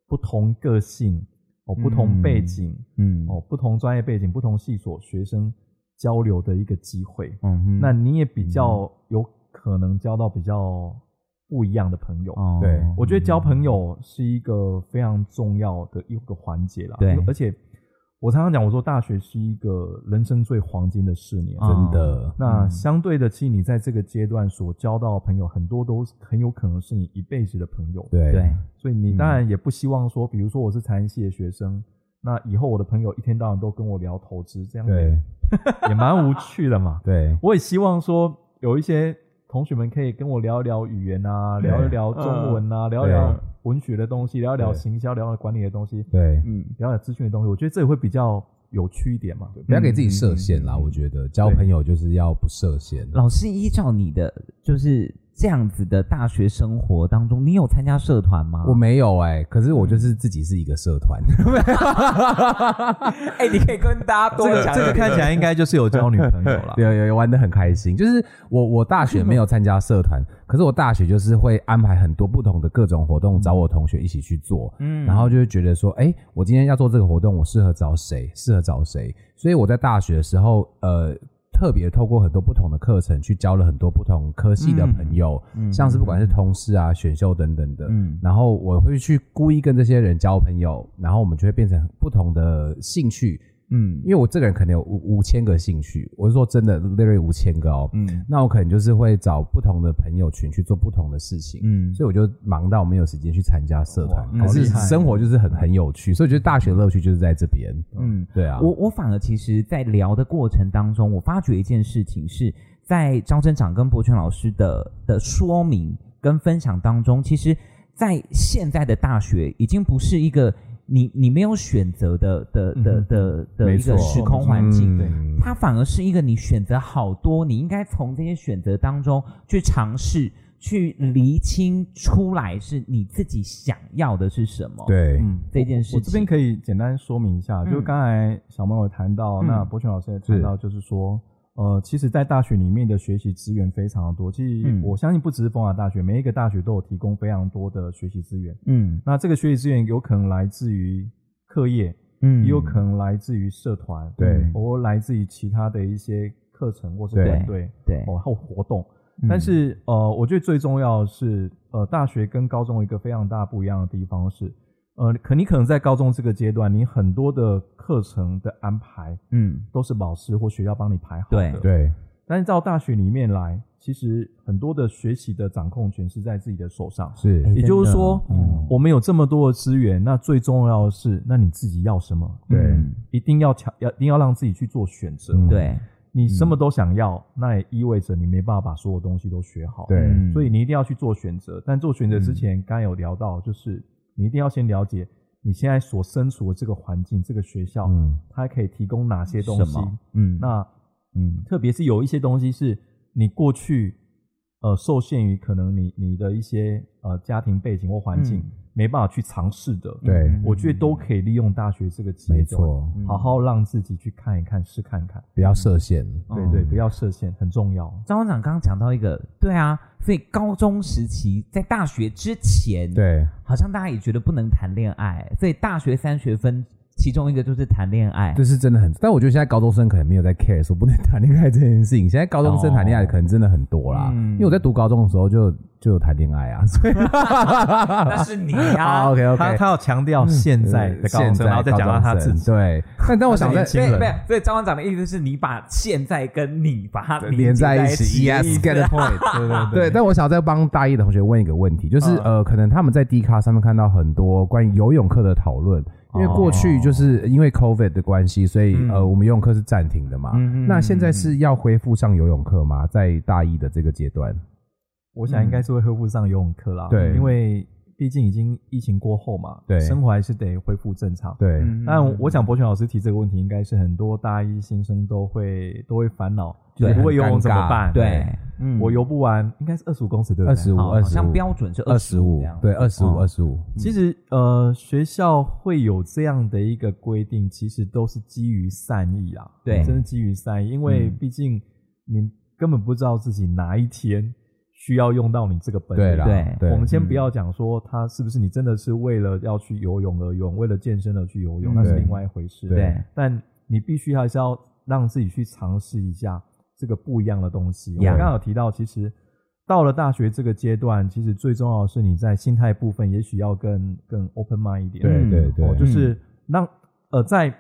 [SPEAKER 4] 不同个性、哦不同背景、
[SPEAKER 2] 嗯
[SPEAKER 4] 哦不同专业背景、不同系所学生交流的一个机会。
[SPEAKER 2] 嗯哼
[SPEAKER 4] 那你也比较有可能交到比较不一样的朋友。
[SPEAKER 2] 哦
[SPEAKER 3] 对
[SPEAKER 4] 我觉得交朋友是一个非常重要的一个环节啦。
[SPEAKER 2] 对
[SPEAKER 4] 因为而且我常常讲，我说大学是一个人生最黄金的四年。
[SPEAKER 2] 哦
[SPEAKER 3] 真的，
[SPEAKER 4] 那
[SPEAKER 2] 嗯
[SPEAKER 4] 相对的，其实你在这个阶段所交到的朋友，很多都是很有可能是你一辈子的朋友。，
[SPEAKER 3] 对
[SPEAKER 2] 对，嗯
[SPEAKER 4] 所以你当然也不希望说，比如说我是财经系的学生，那以后我的朋友一天到晚都跟我聊投资，这样也
[SPEAKER 3] 对
[SPEAKER 4] 也蛮无趣的嘛。
[SPEAKER 3] 对
[SPEAKER 4] 我也希望说有一些同学们可以跟我聊一聊语言
[SPEAKER 2] 嗯
[SPEAKER 4] 啊，
[SPEAKER 3] 对
[SPEAKER 4] 聊一聊中文啊，聊一聊文学的东西，聊一聊
[SPEAKER 3] 对
[SPEAKER 4] 行销，聊一聊管理的东西，
[SPEAKER 3] 对，
[SPEAKER 4] 嗯，聊一聊资讯的东西，我觉得这也会比较有趣一点嘛。对
[SPEAKER 3] 不要给自己设限啦。我觉得交朋友就是要不设限。
[SPEAKER 2] 老师依照你的就是这样子的大学生活当中，你有参加社团吗？
[SPEAKER 3] 我，没有哎，可是我就是自己是一个社团。。
[SPEAKER 2] 哎，你可以跟大家多
[SPEAKER 4] 嗯这个
[SPEAKER 2] 讲
[SPEAKER 4] 这个看起来应该就是有交女朋友 [LAUGHS] 了
[SPEAKER 3] 有有有玩的很开心，就是我我大学没有参加社团， [LAUGHS] 可是我大学就是会安排很多不同的各种活动，找我同学一起去做，嗯，然后就会觉得说，哎、我今天要做这个活动，我适合找谁，适合找谁，所以我在大学的时候，呃。特别透过很多不同的课程去交了很多不同科系的朋友，像是不管是同事啊、选秀等等的，
[SPEAKER 2] 嗯
[SPEAKER 3] 然后我会去故意跟这些人交朋友，然后我们就会变成不同的兴趣，
[SPEAKER 2] 嗯
[SPEAKER 3] 因为我这个人可能有五五千个兴趣，我是说真的，literally 五千个哦。
[SPEAKER 2] 嗯
[SPEAKER 3] 那我可能就是会找不同的朋友群去做不同的事情，
[SPEAKER 2] 嗯
[SPEAKER 3] 所以我就忙到没有时间去参加社团。
[SPEAKER 4] 哇
[SPEAKER 3] 可是
[SPEAKER 4] 好厉害
[SPEAKER 3] 生活就是很很有趣，所以我觉得大学乐趣就是在这边。
[SPEAKER 2] 嗯，
[SPEAKER 3] 对啊，
[SPEAKER 2] 我我反而其实，在聊的过程当中，我发觉一件事情是，在张生长跟博泉老师的的说明跟分享当中，其实，在现在的大学已经不是一个你你没有选择的的
[SPEAKER 4] 嗯
[SPEAKER 2] 的的的
[SPEAKER 3] 没
[SPEAKER 2] 一个
[SPEAKER 3] 错
[SPEAKER 2] 时空环境，
[SPEAKER 3] 嗯
[SPEAKER 2] 它反而是一个你选择好多，你应该从这些选择当中去尝试。去厘清出来是你自己想要的是什么，，
[SPEAKER 3] 对，
[SPEAKER 4] 嗯
[SPEAKER 2] 这件事情
[SPEAKER 4] 我这边可以简单说明一下，
[SPEAKER 2] 嗯
[SPEAKER 4] 就刚才小猫有谈到，
[SPEAKER 2] 嗯
[SPEAKER 4] 那博泉老师也谈到，就是说，呃，其实，在大学里面的学习资源非常的多，其实
[SPEAKER 2] 嗯
[SPEAKER 4] 我相信不只是凤华大学，每一个大学都有提供非常多的学习资源。
[SPEAKER 2] 嗯
[SPEAKER 4] 那这个学习资源有可能来自于课业，
[SPEAKER 2] 嗯
[SPEAKER 4] 也有可能来自于社团，
[SPEAKER 3] 对
[SPEAKER 4] 或来自于其他的一些课程或是
[SPEAKER 3] 对
[SPEAKER 4] 团队，
[SPEAKER 2] 对嗯
[SPEAKER 4] 哦，还有活动。
[SPEAKER 3] 嗯
[SPEAKER 4] 但是呃，我觉得最重要的是，呃，大学跟高中有一个非常大不一样的地方是，呃，可你可能在高中这个阶段，你很多的课程的安排
[SPEAKER 2] 嗯
[SPEAKER 4] 都是老师或学校帮你排好的，
[SPEAKER 2] 对
[SPEAKER 3] 对，
[SPEAKER 4] 但是到大学里面来，其实很多的学习的掌控权是在自己的手上，
[SPEAKER 3] 是
[SPEAKER 2] 哎
[SPEAKER 4] 也就是说，
[SPEAKER 2] 真的嗯
[SPEAKER 4] 我们有这么多的资源，那最重要的是，那你自己要什么？
[SPEAKER 3] 对
[SPEAKER 4] 嗯一定要强，要一定要让自己去做选择。
[SPEAKER 3] 嗯
[SPEAKER 2] 对，
[SPEAKER 4] 你什么都想要，那也意味着你没办法把所有东西都学好。
[SPEAKER 3] 对
[SPEAKER 2] 嗯
[SPEAKER 4] 所以你一定要去做选择。但做选择之前，刚刚有聊到，就是你一定要先了解你现在所身处的这个环境、这个学校，
[SPEAKER 3] 嗯
[SPEAKER 4] 它可以提供哪些东
[SPEAKER 2] 什
[SPEAKER 4] 西。
[SPEAKER 2] 么？嗯
[SPEAKER 4] 那
[SPEAKER 3] 嗯，
[SPEAKER 4] 特别是有一些东西是你过去呃受限于可能你你的一些呃家庭背景或环境、
[SPEAKER 2] 嗯
[SPEAKER 4] 没办法去尝试的，
[SPEAKER 3] 对
[SPEAKER 4] 我觉得都可以利用大学这个机会，
[SPEAKER 3] 没错，
[SPEAKER 4] 好好让自己去看一看、试看看，
[SPEAKER 3] 不要设限。
[SPEAKER 4] 嗯对
[SPEAKER 3] 嗯
[SPEAKER 4] 对，不要设限，很重要。
[SPEAKER 2] 张院长刚刚讲到一个，对啊，所以高中时期在大学之前，，
[SPEAKER 3] 嗯对
[SPEAKER 2] 好像大家也觉得不能谈恋爱，所以大学三学分其中一个就是谈恋爱 [LAUGHS]
[SPEAKER 3] 这。是真的很，但我觉得现在高中生可能没有在 care 说不能谈恋爱这件事情。现在高中生谈恋爱可能真的很多啦，
[SPEAKER 2] 嗯
[SPEAKER 3] 因为我在读高中的时候就就有谈恋爱啊，
[SPEAKER 4] [LAUGHS]
[SPEAKER 3] 所以
[SPEAKER 2] 那
[SPEAKER 3] 那
[SPEAKER 2] 是你
[SPEAKER 3] [LAUGHS]
[SPEAKER 2] 呀、
[SPEAKER 3] 啊 OK
[SPEAKER 4] 啊他
[SPEAKER 3] OK，
[SPEAKER 4] 他要强
[SPEAKER 3] 嗯
[SPEAKER 4] 调现在的高中生，然后再讲到他自己。
[SPEAKER 3] 对，但但我想在
[SPEAKER 4] 他是年轻人
[SPEAKER 2] 对，所以张馆长的意思是你把现在跟你把它
[SPEAKER 3] 连在一
[SPEAKER 2] 一
[SPEAKER 3] 起
[SPEAKER 2] [LAUGHS]
[SPEAKER 3] ，Yes，get the point。
[SPEAKER 4] 对对
[SPEAKER 3] 对，但我想要再帮大一的同学问一个问题，就是、
[SPEAKER 4] 嗯
[SPEAKER 3] 呃，可能他们在 D 卡上面看到很多关于游泳课的讨论，因为过去就是因为 COVID 的关系，所以、
[SPEAKER 4] 哦嗯
[SPEAKER 3] 呃，我们游泳课是暂停的嘛。
[SPEAKER 4] 嗯嗯
[SPEAKER 3] 那现在是要恢复上游泳课吗？在大一的这个阶段，
[SPEAKER 4] 我想应该是会恢复上游泳课啦，
[SPEAKER 3] 嗯对
[SPEAKER 4] 因为毕竟已经疫情过后嘛，
[SPEAKER 3] 对
[SPEAKER 4] 生活还是得恢复正常。，
[SPEAKER 3] 对，
[SPEAKER 4] 但我
[SPEAKER 3] 嗯
[SPEAKER 4] 想博泉老师提这个问题，应该是很多大一新生都会都会烦恼，
[SPEAKER 3] 嗯对
[SPEAKER 4] 就是不会游
[SPEAKER 3] 很
[SPEAKER 4] 泳
[SPEAKER 3] 尴
[SPEAKER 4] 怎么
[SPEAKER 3] 尬
[SPEAKER 4] 办？
[SPEAKER 2] 对，
[SPEAKER 4] 嗯我游不完，应该是二十五公尺对不对？
[SPEAKER 3] 二十五，
[SPEAKER 2] 好
[SPEAKER 3] 二
[SPEAKER 2] 好
[SPEAKER 3] 十
[SPEAKER 2] 像
[SPEAKER 3] 五，
[SPEAKER 2] 标准是
[SPEAKER 3] 二十
[SPEAKER 2] 25
[SPEAKER 3] 五
[SPEAKER 2] 这样，
[SPEAKER 3] 对，二十五，二十五，
[SPEAKER 4] 哦其实呃，学校会有这样的一个规定，其实都是基于善意啊，
[SPEAKER 2] 对
[SPEAKER 4] 真的基于善意，因为
[SPEAKER 3] 嗯
[SPEAKER 4] 毕竟你根本不知道自己哪一天需要用到你这个本
[SPEAKER 3] 对
[SPEAKER 4] 领。
[SPEAKER 3] 啦，
[SPEAKER 2] 对
[SPEAKER 3] 对，嗯
[SPEAKER 4] 我们先不要讲说他是不是你真的是为了要去游泳而游泳，为了健身而去游泳，
[SPEAKER 2] 嗯
[SPEAKER 4] 那是
[SPEAKER 3] 对
[SPEAKER 4] 另外一回事。
[SPEAKER 2] 对，
[SPEAKER 4] 但你必须还是要让自己去尝试一下这个不一样的东西。我
[SPEAKER 2] 呀
[SPEAKER 4] 刚刚有提到，其实到了大学这个阶段，其实最重要的是你在心态部分，也许要更更 open mind 一点。
[SPEAKER 3] 对
[SPEAKER 2] 嗯
[SPEAKER 3] 对对，
[SPEAKER 4] 哦，就是让呃在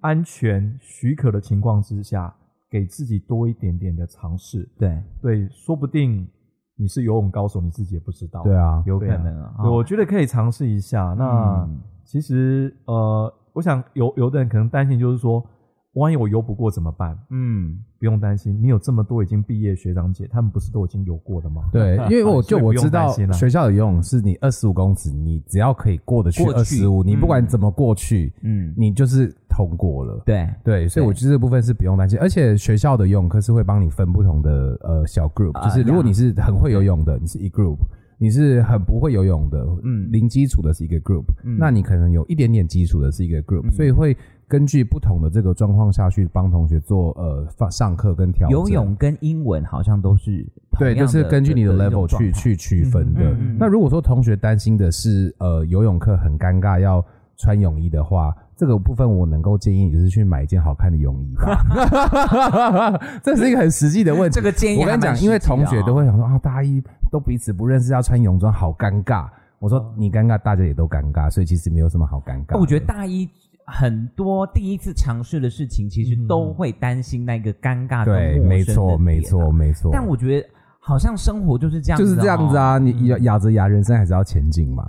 [SPEAKER 4] 安全许可的情况之下，给自己多一点点的尝试。
[SPEAKER 2] 对，
[SPEAKER 4] 对，说不定你是游泳高手，你自己也不知道。
[SPEAKER 3] 对啊，
[SPEAKER 2] 有可
[SPEAKER 4] 对啊
[SPEAKER 2] 能啊。
[SPEAKER 4] 对，我觉得可以尝试一下。那
[SPEAKER 2] 嗯
[SPEAKER 4] 其实呃，我想有有的人可能担心，就是说，万一我游不过怎么办？
[SPEAKER 2] 嗯，
[SPEAKER 4] 不用担心，你有这么多已经毕业学长姐，他们不是都已经游过的吗？
[SPEAKER 3] 对，因
[SPEAKER 4] [LAUGHS]
[SPEAKER 3] 为我就
[SPEAKER 4] 所以不
[SPEAKER 3] 我
[SPEAKER 4] 用
[SPEAKER 3] 知道
[SPEAKER 4] 担心啦
[SPEAKER 3] 学校的游泳是你二十五公尺，你只要可以过得去
[SPEAKER 2] 过
[SPEAKER 3] 二
[SPEAKER 2] 去
[SPEAKER 3] 十五，你不管
[SPEAKER 2] 嗯
[SPEAKER 3] 怎么过去，
[SPEAKER 2] 嗯
[SPEAKER 3] 你就是通过了。
[SPEAKER 2] 对，
[SPEAKER 3] 对，所以我觉得这部分是不用担心，而且学校的游泳课是会帮你分不同的呃小 group，
[SPEAKER 2] 啊
[SPEAKER 3] 就是如果你是很会游泳的，你是一 group；你是很不会游泳的，
[SPEAKER 2] 嗯
[SPEAKER 3] 嗯，零基础的是一个 group，、
[SPEAKER 2] 嗯
[SPEAKER 3] 那你可能有一点点基础的是一个 group，、所以会根据不同的这个状况下去帮同学做呃放上课跟调整。
[SPEAKER 2] 游泳跟英文好像都是同
[SPEAKER 3] 对，
[SPEAKER 2] 样的
[SPEAKER 3] 就是根据你的
[SPEAKER 2] 一种
[SPEAKER 3] level
[SPEAKER 2] 状
[SPEAKER 3] 去
[SPEAKER 2] 态
[SPEAKER 3] 去区分的
[SPEAKER 2] 嗯嗯嗯。
[SPEAKER 3] 那如果说同学担心的是呃游泳课很尴尬要穿泳衣的话，这个部分我能够建议你就是去买一件好看的泳衣吧。 [LAUGHS] 这是一个很实际的问题。
[SPEAKER 2] 这个建议
[SPEAKER 3] 我跟
[SPEAKER 2] 还蛮
[SPEAKER 3] 你讲，
[SPEAKER 2] 实际
[SPEAKER 3] 因为
[SPEAKER 2] 的
[SPEAKER 3] 同学
[SPEAKER 2] 啊
[SPEAKER 3] 都会想说啊，大一都彼此不认识，要穿泳装好尴尬。我说你尴尬，大家也都尴尬，所以其实没有什么好尴尬的。
[SPEAKER 2] 哦我觉得大一很多第一次尝试的事情，其实都会担心那个尴尬跟
[SPEAKER 3] 嗯对，
[SPEAKER 2] 陌
[SPEAKER 3] 没
[SPEAKER 2] 生的
[SPEAKER 3] 错，
[SPEAKER 2] 点啊
[SPEAKER 3] 没错，。没错。
[SPEAKER 2] 但我觉得好像生活就是这样，
[SPEAKER 3] 就是这样子
[SPEAKER 2] 哦。
[SPEAKER 3] 啊，你咬咬着牙，人生还是要前进
[SPEAKER 2] [LAUGHS]
[SPEAKER 3] 嘛。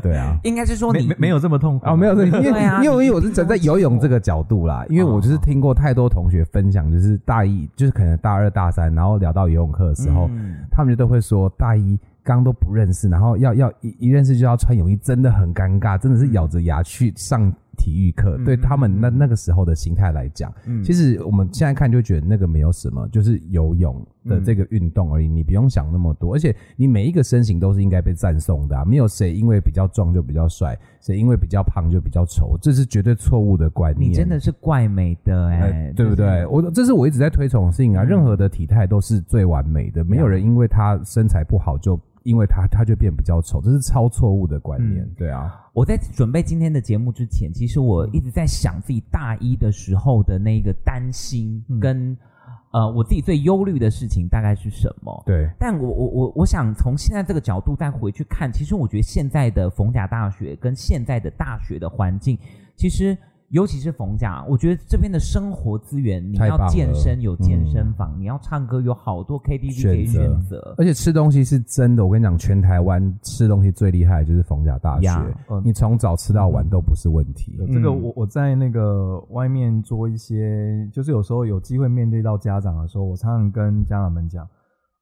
[SPEAKER 3] 对啊。
[SPEAKER 2] 应该是说
[SPEAKER 4] 没
[SPEAKER 2] 你
[SPEAKER 4] 没没有这么痛苦
[SPEAKER 3] 哦，没有，因为
[SPEAKER 2] 对啊
[SPEAKER 3] 因为
[SPEAKER 2] 你
[SPEAKER 3] 因为我是站在游泳这个角度啦，因为我
[SPEAKER 4] 哦
[SPEAKER 3] 就是听过太多同学分享，就是大一就是可能大二大三，然后聊到游泳课的时候，
[SPEAKER 2] 嗯
[SPEAKER 3] 他们就都会说大一刚都不认识，然后要要一一认识就要穿泳衣，真的很尴尬，真的
[SPEAKER 2] 嗯
[SPEAKER 3] 是咬着牙去上体育课。对他们那那个时候的心态来讲，
[SPEAKER 2] 嗯
[SPEAKER 3] 其实我们现在看就觉得那个没有什么，就是游泳的这个运动而已，你不用想那么多。而且你每一个身形都是应该被赞颂的、啊，没有谁因为比较壮就比较帅，谁因为比较胖就比较丑，这是绝对错误的观念。
[SPEAKER 2] 你真的是怪美的哎、
[SPEAKER 3] 哎，对不
[SPEAKER 2] 就是
[SPEAKER 3] 对？我这是我一直在推崇的事情啊，任何的体态都是最完美的，没有人因为他身材不好就因为他他就变比较丑，这是超错误的观念。对啊，
[SPEAKER 2] 我在准备今天的节目之前，其实我一直在想自己大一的时候的那个担心
[SPEAKER 4] 嗯
[SPEAKER 2] 跟、呃我自己最忧虑的事情大概是什么。
[SPEAKER 3] 对，
[SPEAKER 2] 但我我我我想从现在这个角度再回去看，其实我觉得现在的逢甲大学跟现在的大学的环境，其实尤其是逢甲，我觉得这边的生活资源，你
[SPEAKER 3] 太棒
[SPEAKER 2] 要
[SPEAKER 3] 了
[SPEAKER 2] 健身有健身
[SPEAKER 3] 嗯
[SPEAKER 2] 房，你要唱歌有好多 KTV 可以
[SPEAKER 3] 选择哎
[SPEAKER 2] 选择，
[SPEAKER 3] 而且吃东西是真的，我跟你讲，全台湾吃东西最厉害的就是逢甲大学
[SPEAKER 2] 呀
[SPEAKER 4] 嗯，
[SPEAKER 3] 你从早吃到晚都不是问题。
[SPEAKER 4] 有这个
[SPEAKER 2] 嗯
[SPEAKER 4] 我我在那个外面做一些，就是有时候有机会面对到家长的时候，我常常跟家长们讲，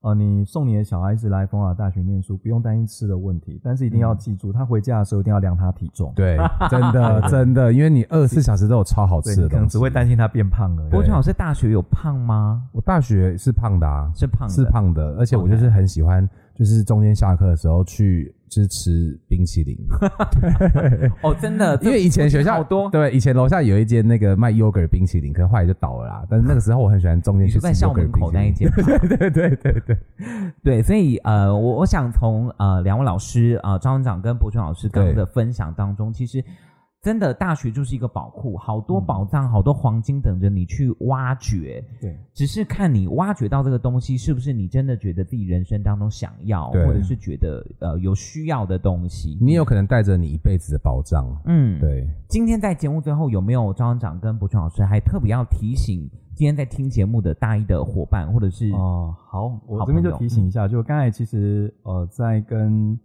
[SPEAKER 4] 呃，你送你的小孩子来逢甲大学念书，不用担心吃的问题，但是一定
[SPEAKER 2] 嗯
[SPEAKER 4] 要记住，他回家的时候一定要量他体重。
[SPEAKER 3] 对，真的真的，因为你二十四小时都有超好
[SPEAKER 4] 对，
[SPEAKER 3] 吃的
[SPEAKER 4] 你可能
[SPEAKER 3] 东
[SPEAKER 4] 只
[SPEAKER 3] 西。
[SPEAKER 4] 会担心他变胖而已。
[SPEAKER 2] 博君老师大学有胖吗？
[SPEAKER 3] 我大学是胖的啊，
[SPEAKER 2] 是胖的
[SPEAKER 3] 是胖的，而且我就是很喜欢，就是中间下课的时候去就是吃冰淇淋，
[SPEAKER 2] 哦，真的，
[SPEAKER 3] [LAUGHS] 因为以前学校对，以前楼下有一间那个卖 yogurt 冰淇淋，可是后来就倒了啦。但是那个时候我很喜欢中间
[SPEAKER 2] 你
[SPEAKER 3] 去
[SPEAKER 2] 是
[SPEAKER 3] 吃
[SPEAKER 2] 在校
[SPEAKER 3] yogurt
[SPEAKER 2] 门
[SPEAKER 3] 冰淇
[SPEAKER 2] 口
[SPEAKER 3] 淋
[SPEAKER 2] 那一间吧？
[SPEAKER 3] [LAUGHS] 对对对对对，
[SPEAKER 2] 对，所以呃，我我想从呃两位老师啊、呃张院长跟博泉老师刚刚的分享当中，其实真的大学就是一个宝库，好多
[SPEAKER 3] 嗯
[SPEAKER 2] 宝藏，好多黄金等着你去挖掘。
[SPEAKER 4] 对，
[SPEAKER 2] 只是看你挖掘到这个东西，是不是你真的觉得自己人生当中想要，
[SPEAKER 3] 对
[SPEAKER 2] 或者是觉得呃有需要的东西。
[SPEAKER 3] 你有可能带着你一辈子的宝藏。
[SPEAKER 2] 嗯，。
[SPEAKER 3] 对，
[SPEAKER 2] 今天在节目最后，有没有张院长跟博泉老师还特别要提醒今天在听节目的大一的伙伴，或者是
[SPEAKER 4] 哦，好，我
[SPEAKER 2] 好
[SPEAKER 4] 这边
[SPEAKER 2] 朋
[SPEAKER 4] 就
[SPEAKER 2] 友嗯
[SPEAKER 4] 提醒一下，就刚才其实呃，在跟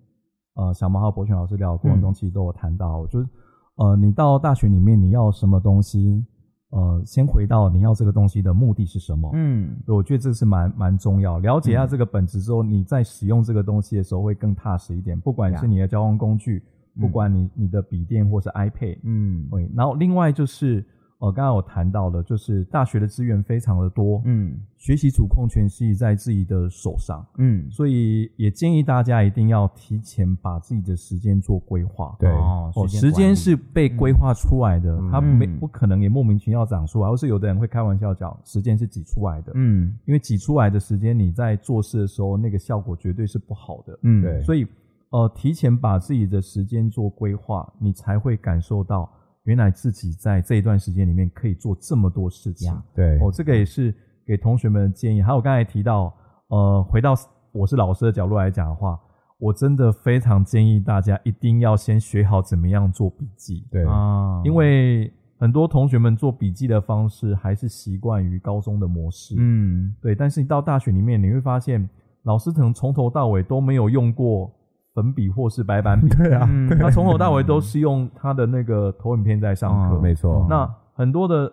[SPEAKER 4] 呃小猫和博泉老师聊的过
[SPEAKER 2] 嗯
[SPEAKER 4] 程中，其实都有谈到，就是呃，你到大学里面你要什么东西，呃，先回到你要这个东西的目的是什么。
[SPEAKER 2] 嗯
[SPEAKER 4] 对，我觉得这是蛮蛮重要。了解一下这个本质之后，你在使用这个东西的时候会更踏实一点。不管
[SPEAKER 2] 呀
[SPEAKER 4] 是你的交通工具，不
[SPEAKER 2] 嗯
[SPEAKER 4] 管你你的笔电或是 iPad，
[SPEAKER 2] 嗯
[SPEAKER 4] 对。然后另外就是，呃，刚刚有谈到的，就是大学的资源非常的多，
[SPEAKER 2] 嗯
[SPEAKER 4] 学习主控权是在自己的手上，
[SPEAKER 2] 嗯，
[SPEAKER 4] 所以也建议大家一定要提前把自己的时间做规划。
[SPEAKER 3] 对
[SPEAKER 2] 哦，
[SPEAKER 4] 哦，
[SPEAKER 2] 间管
[SPEAKER 4] 时
[SPEAKER 2] 理
[SPEAKER 4] 间是被规划出来的，
[SPEAKER 3] 嗯
[SPEAKER 4] 它没
[SPEAKER 2] 嗯
[SPEAKER 4] 不可能也莫名其妙长出来，或是有的人会开玩笑讲时间是挤出来的，
[SPEAKER 2] 嗯
[SPEAKER 4] 因为挤出来的时间你在做事的时候，那个效果绝对是不好的。
[SPEAKER 2] 嗯
[SPEAKER 3] 对
[SPEAKER 4] 所以呃，提前把自己的时间做规划，你才会感受到原来自己在这一段时间里面可以做这么多事情。
[SPEAKER 2] 呀
[SPEAKER 3] 对，
[SPEAKER 4] 哦，这个也是给同学们的建议。还有刚才提到，呃，回到我是老师的角度来讲的话，我真的非常建议大家一定要先学好怎么样做笔记。
[SPEAKER 3] 对
[SPEAKER 2] 啊
[SPEAKER 4] 因为很多同学们做笔记的方式还是习惯于高中的模式。
[SPEAKER 2] 嗯
[SPEAKER 4] 对，但是你到大学里面，你会发现老师可能从头到尾都没有用过粉笔或是白板笔。对
[SPEAKER 2] 啊嗯
[SPEAKER 4] 他从头到尾都是用他的那个投影片在上课。
[SPEAKER 3] 没错。
[SPEAKER 4] 那很多的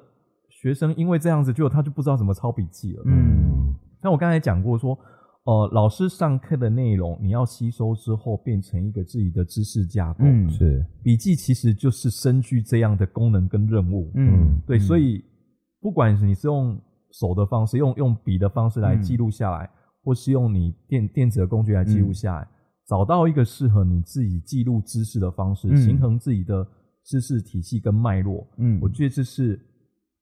[SPEAKER 4] 学生因为这样子，就他就不知道怎么抄笔记了。
[SPEAKER 3] 嗯，
[SPEAKER 4] 那我刚才讲过说，呃，老师上课的内容你要吸收之后，变成一个自己的知识架构。
[SPEAKER 2] 嗯
[SPEAKER 3] 是，
[SPEAKER 4] 笔记其实就是身具这样的功能跟任务。
[SPEAKER 2] 嗯
[SPEAKER 4] 对，所以不管是你是用手的方式，用用笔的方
[SPEAKER 2] 嗯
[SPEAKER 4] 式来记录下来，或是用你电电子的工具来
[SPEAKER 2] 嗯
[SPEAKER 4] 记录下来，找到一个适合你自己记录知识的方式，
[SPEAKER 2] 嗯
[SPEAKER 4] 形成自己的知识体系跟脉络。
[SPEAKER 2] 嗯
[SPEAKER 4] 我觉得这是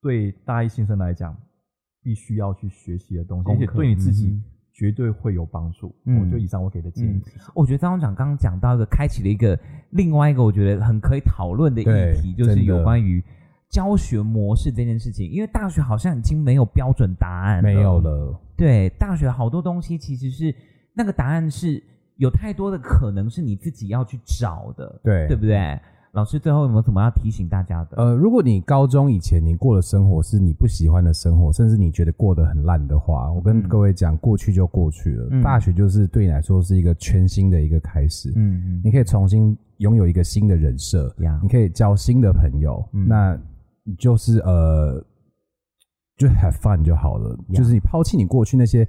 [SPEAKER 4] 对大一新生来讲必须要去学习的东西，而且
[SPEAKER 2] 功课
[SPEAKER 4] 对你自己
[SPEAKER 2] 嗯
[SPEAKER 4] 绝对会有帮助。
[SPEAKER 2] 嗯
[SPEAKER 4] 我就以上我给的建议。
[SPEAKER 2] 我觉得张院长刚刚讲到一个开启了一个另外一个我觉得很可以讨论的议题，
[SPEAKER 3] 对
[SPEAKER 2] 就是
[SPEAKER 3] 真的
[SPEAKER 2] 有关于教学模式这件事情，因为大学好像已经没有标准答案，
[SPEAKER 3] 没有。了。
[SPEAKER 2] 对，大学好多东西其实是那个答案是有太多的可能是你自己要去找的，
[SPEAKER 3] 对
[SPEAKER 2] 对不对？老师最后有没有什么要提醒大家的？
[SPEAKER 3] 呃，如果你高中以前你过的生活是你不喜欢的生活，甚至你觉得过得很烂的话，我跟
[SPEAKER 2] 嗯
[SPEAKER 3] 各位讲，过去就过去了。
[SPEAKER 2] 嗯
[SPEAKER 3] 大学就是对你来说是一个全新的一个开始。
[SPEAKER 2] 嗯
[SPEAKER 3] 你可以重新拥有一个新的人设
[SPEAKER 2] 呀
[SPEAKER 3] 你可以交新的朋友，
[SPEAKER 2] 嗯
[SPEAKER 3] 那你就是呃，就 have fun 就好了。
[SPEAKER 2] 呀
[SPEAKER 3] 就是你抛弃你过去那些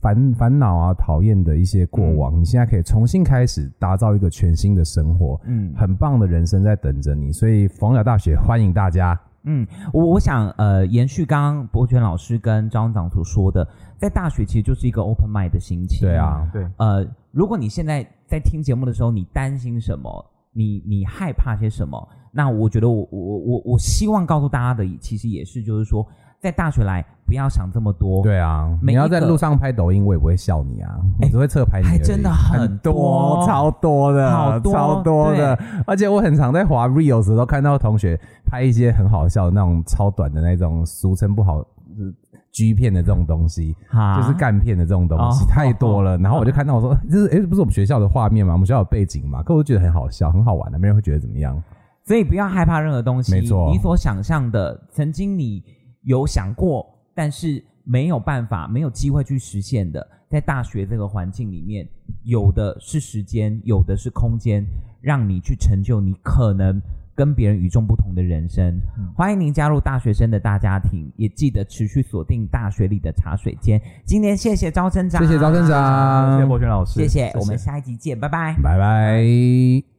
[SPEAKER 3] 烦烦恼啊、讨厌的一些过往，
[SPEAKER 2] 嗯
[SPEAKER 3] 你现在可以重新开始，打造一个全新的生活，
[SPEAKER 2] 嗯
[SPEAKER 3] 很棒的人生在等着你。所以逢甲大学欢迎大家，
[SPEAKER 2] 嗯，我我想呃，延续刚刚博泉老师跟张院长所说的，在大学其实就是一个 open mind 的心情。
[SPEAKER 3] 对啊，
[SPEAKER 4] 对，
[SPEAKER 2] 呃，如果你现在在听节目的时候，你担心什么？你你害怕些什么？那我觉得我我我我希望告诉大家的，其实也是就是说，在大学来不要想这么多。
[SPEAKER 3] 对啊，
[SPEAKER 2] 每一
[SPEAKER 3] 你
[SPEAKER 2] 个哎
[SPEAKER 3] 要在路上拍抖音，我也不会笑你啊，我只会侧拍你而
[SPEAKER 2] 还
[SPEAKER 3] 已。
[SPEAKER 2] 真的很
[SPEAKER 3] 很
[SPEAKER 2] 多
[SPEAKER 3] 超多的，
[SPEAKER 2] 好多
[SPEAKER 3] 超多的。而且我很常在滑 reels 的时候看到同学拍一些很好笑的那种超短的那种，俗称不好。呃 G 片的这种东西，
[SPEAKER 2] 啊
[SPEAKER 3] 就是干片的这种东西、
[SPEAKER 2] 哦
[SPEAKER 3] 太多了。然后我就看到我说，这是哎、不是我们学校的画面吗？我们学校有背景嘛？可我就觉得很好笑，很好玩的、没人会觉得怎么样。
[SPEAKER 2] 所以不要害怕任何东西。
[SPEAKER 3] 没错
[SPEAKER 2] 你所想象的，曾经你有想过，但是没有办法、没有机会去实现的，在大学这个环境里面，有的是时间，有的是空间，让你去成就你可能。跟别人与众不同的人生，
[SPEAKER 3] 嗯
[SPEAKER 2] 欢迎您加入大学生的大家庭，也记得持续锁定大学里的茶水间。今天谢谢招生长，
[SPEAKER 3] 谢谢招生，长，
[SPEAKER 4] 谢谢博轩老师，
[SPEAKER 2] 谢谢，我们下一集见，拜拜。
[SPEAKER 3] 拜拜。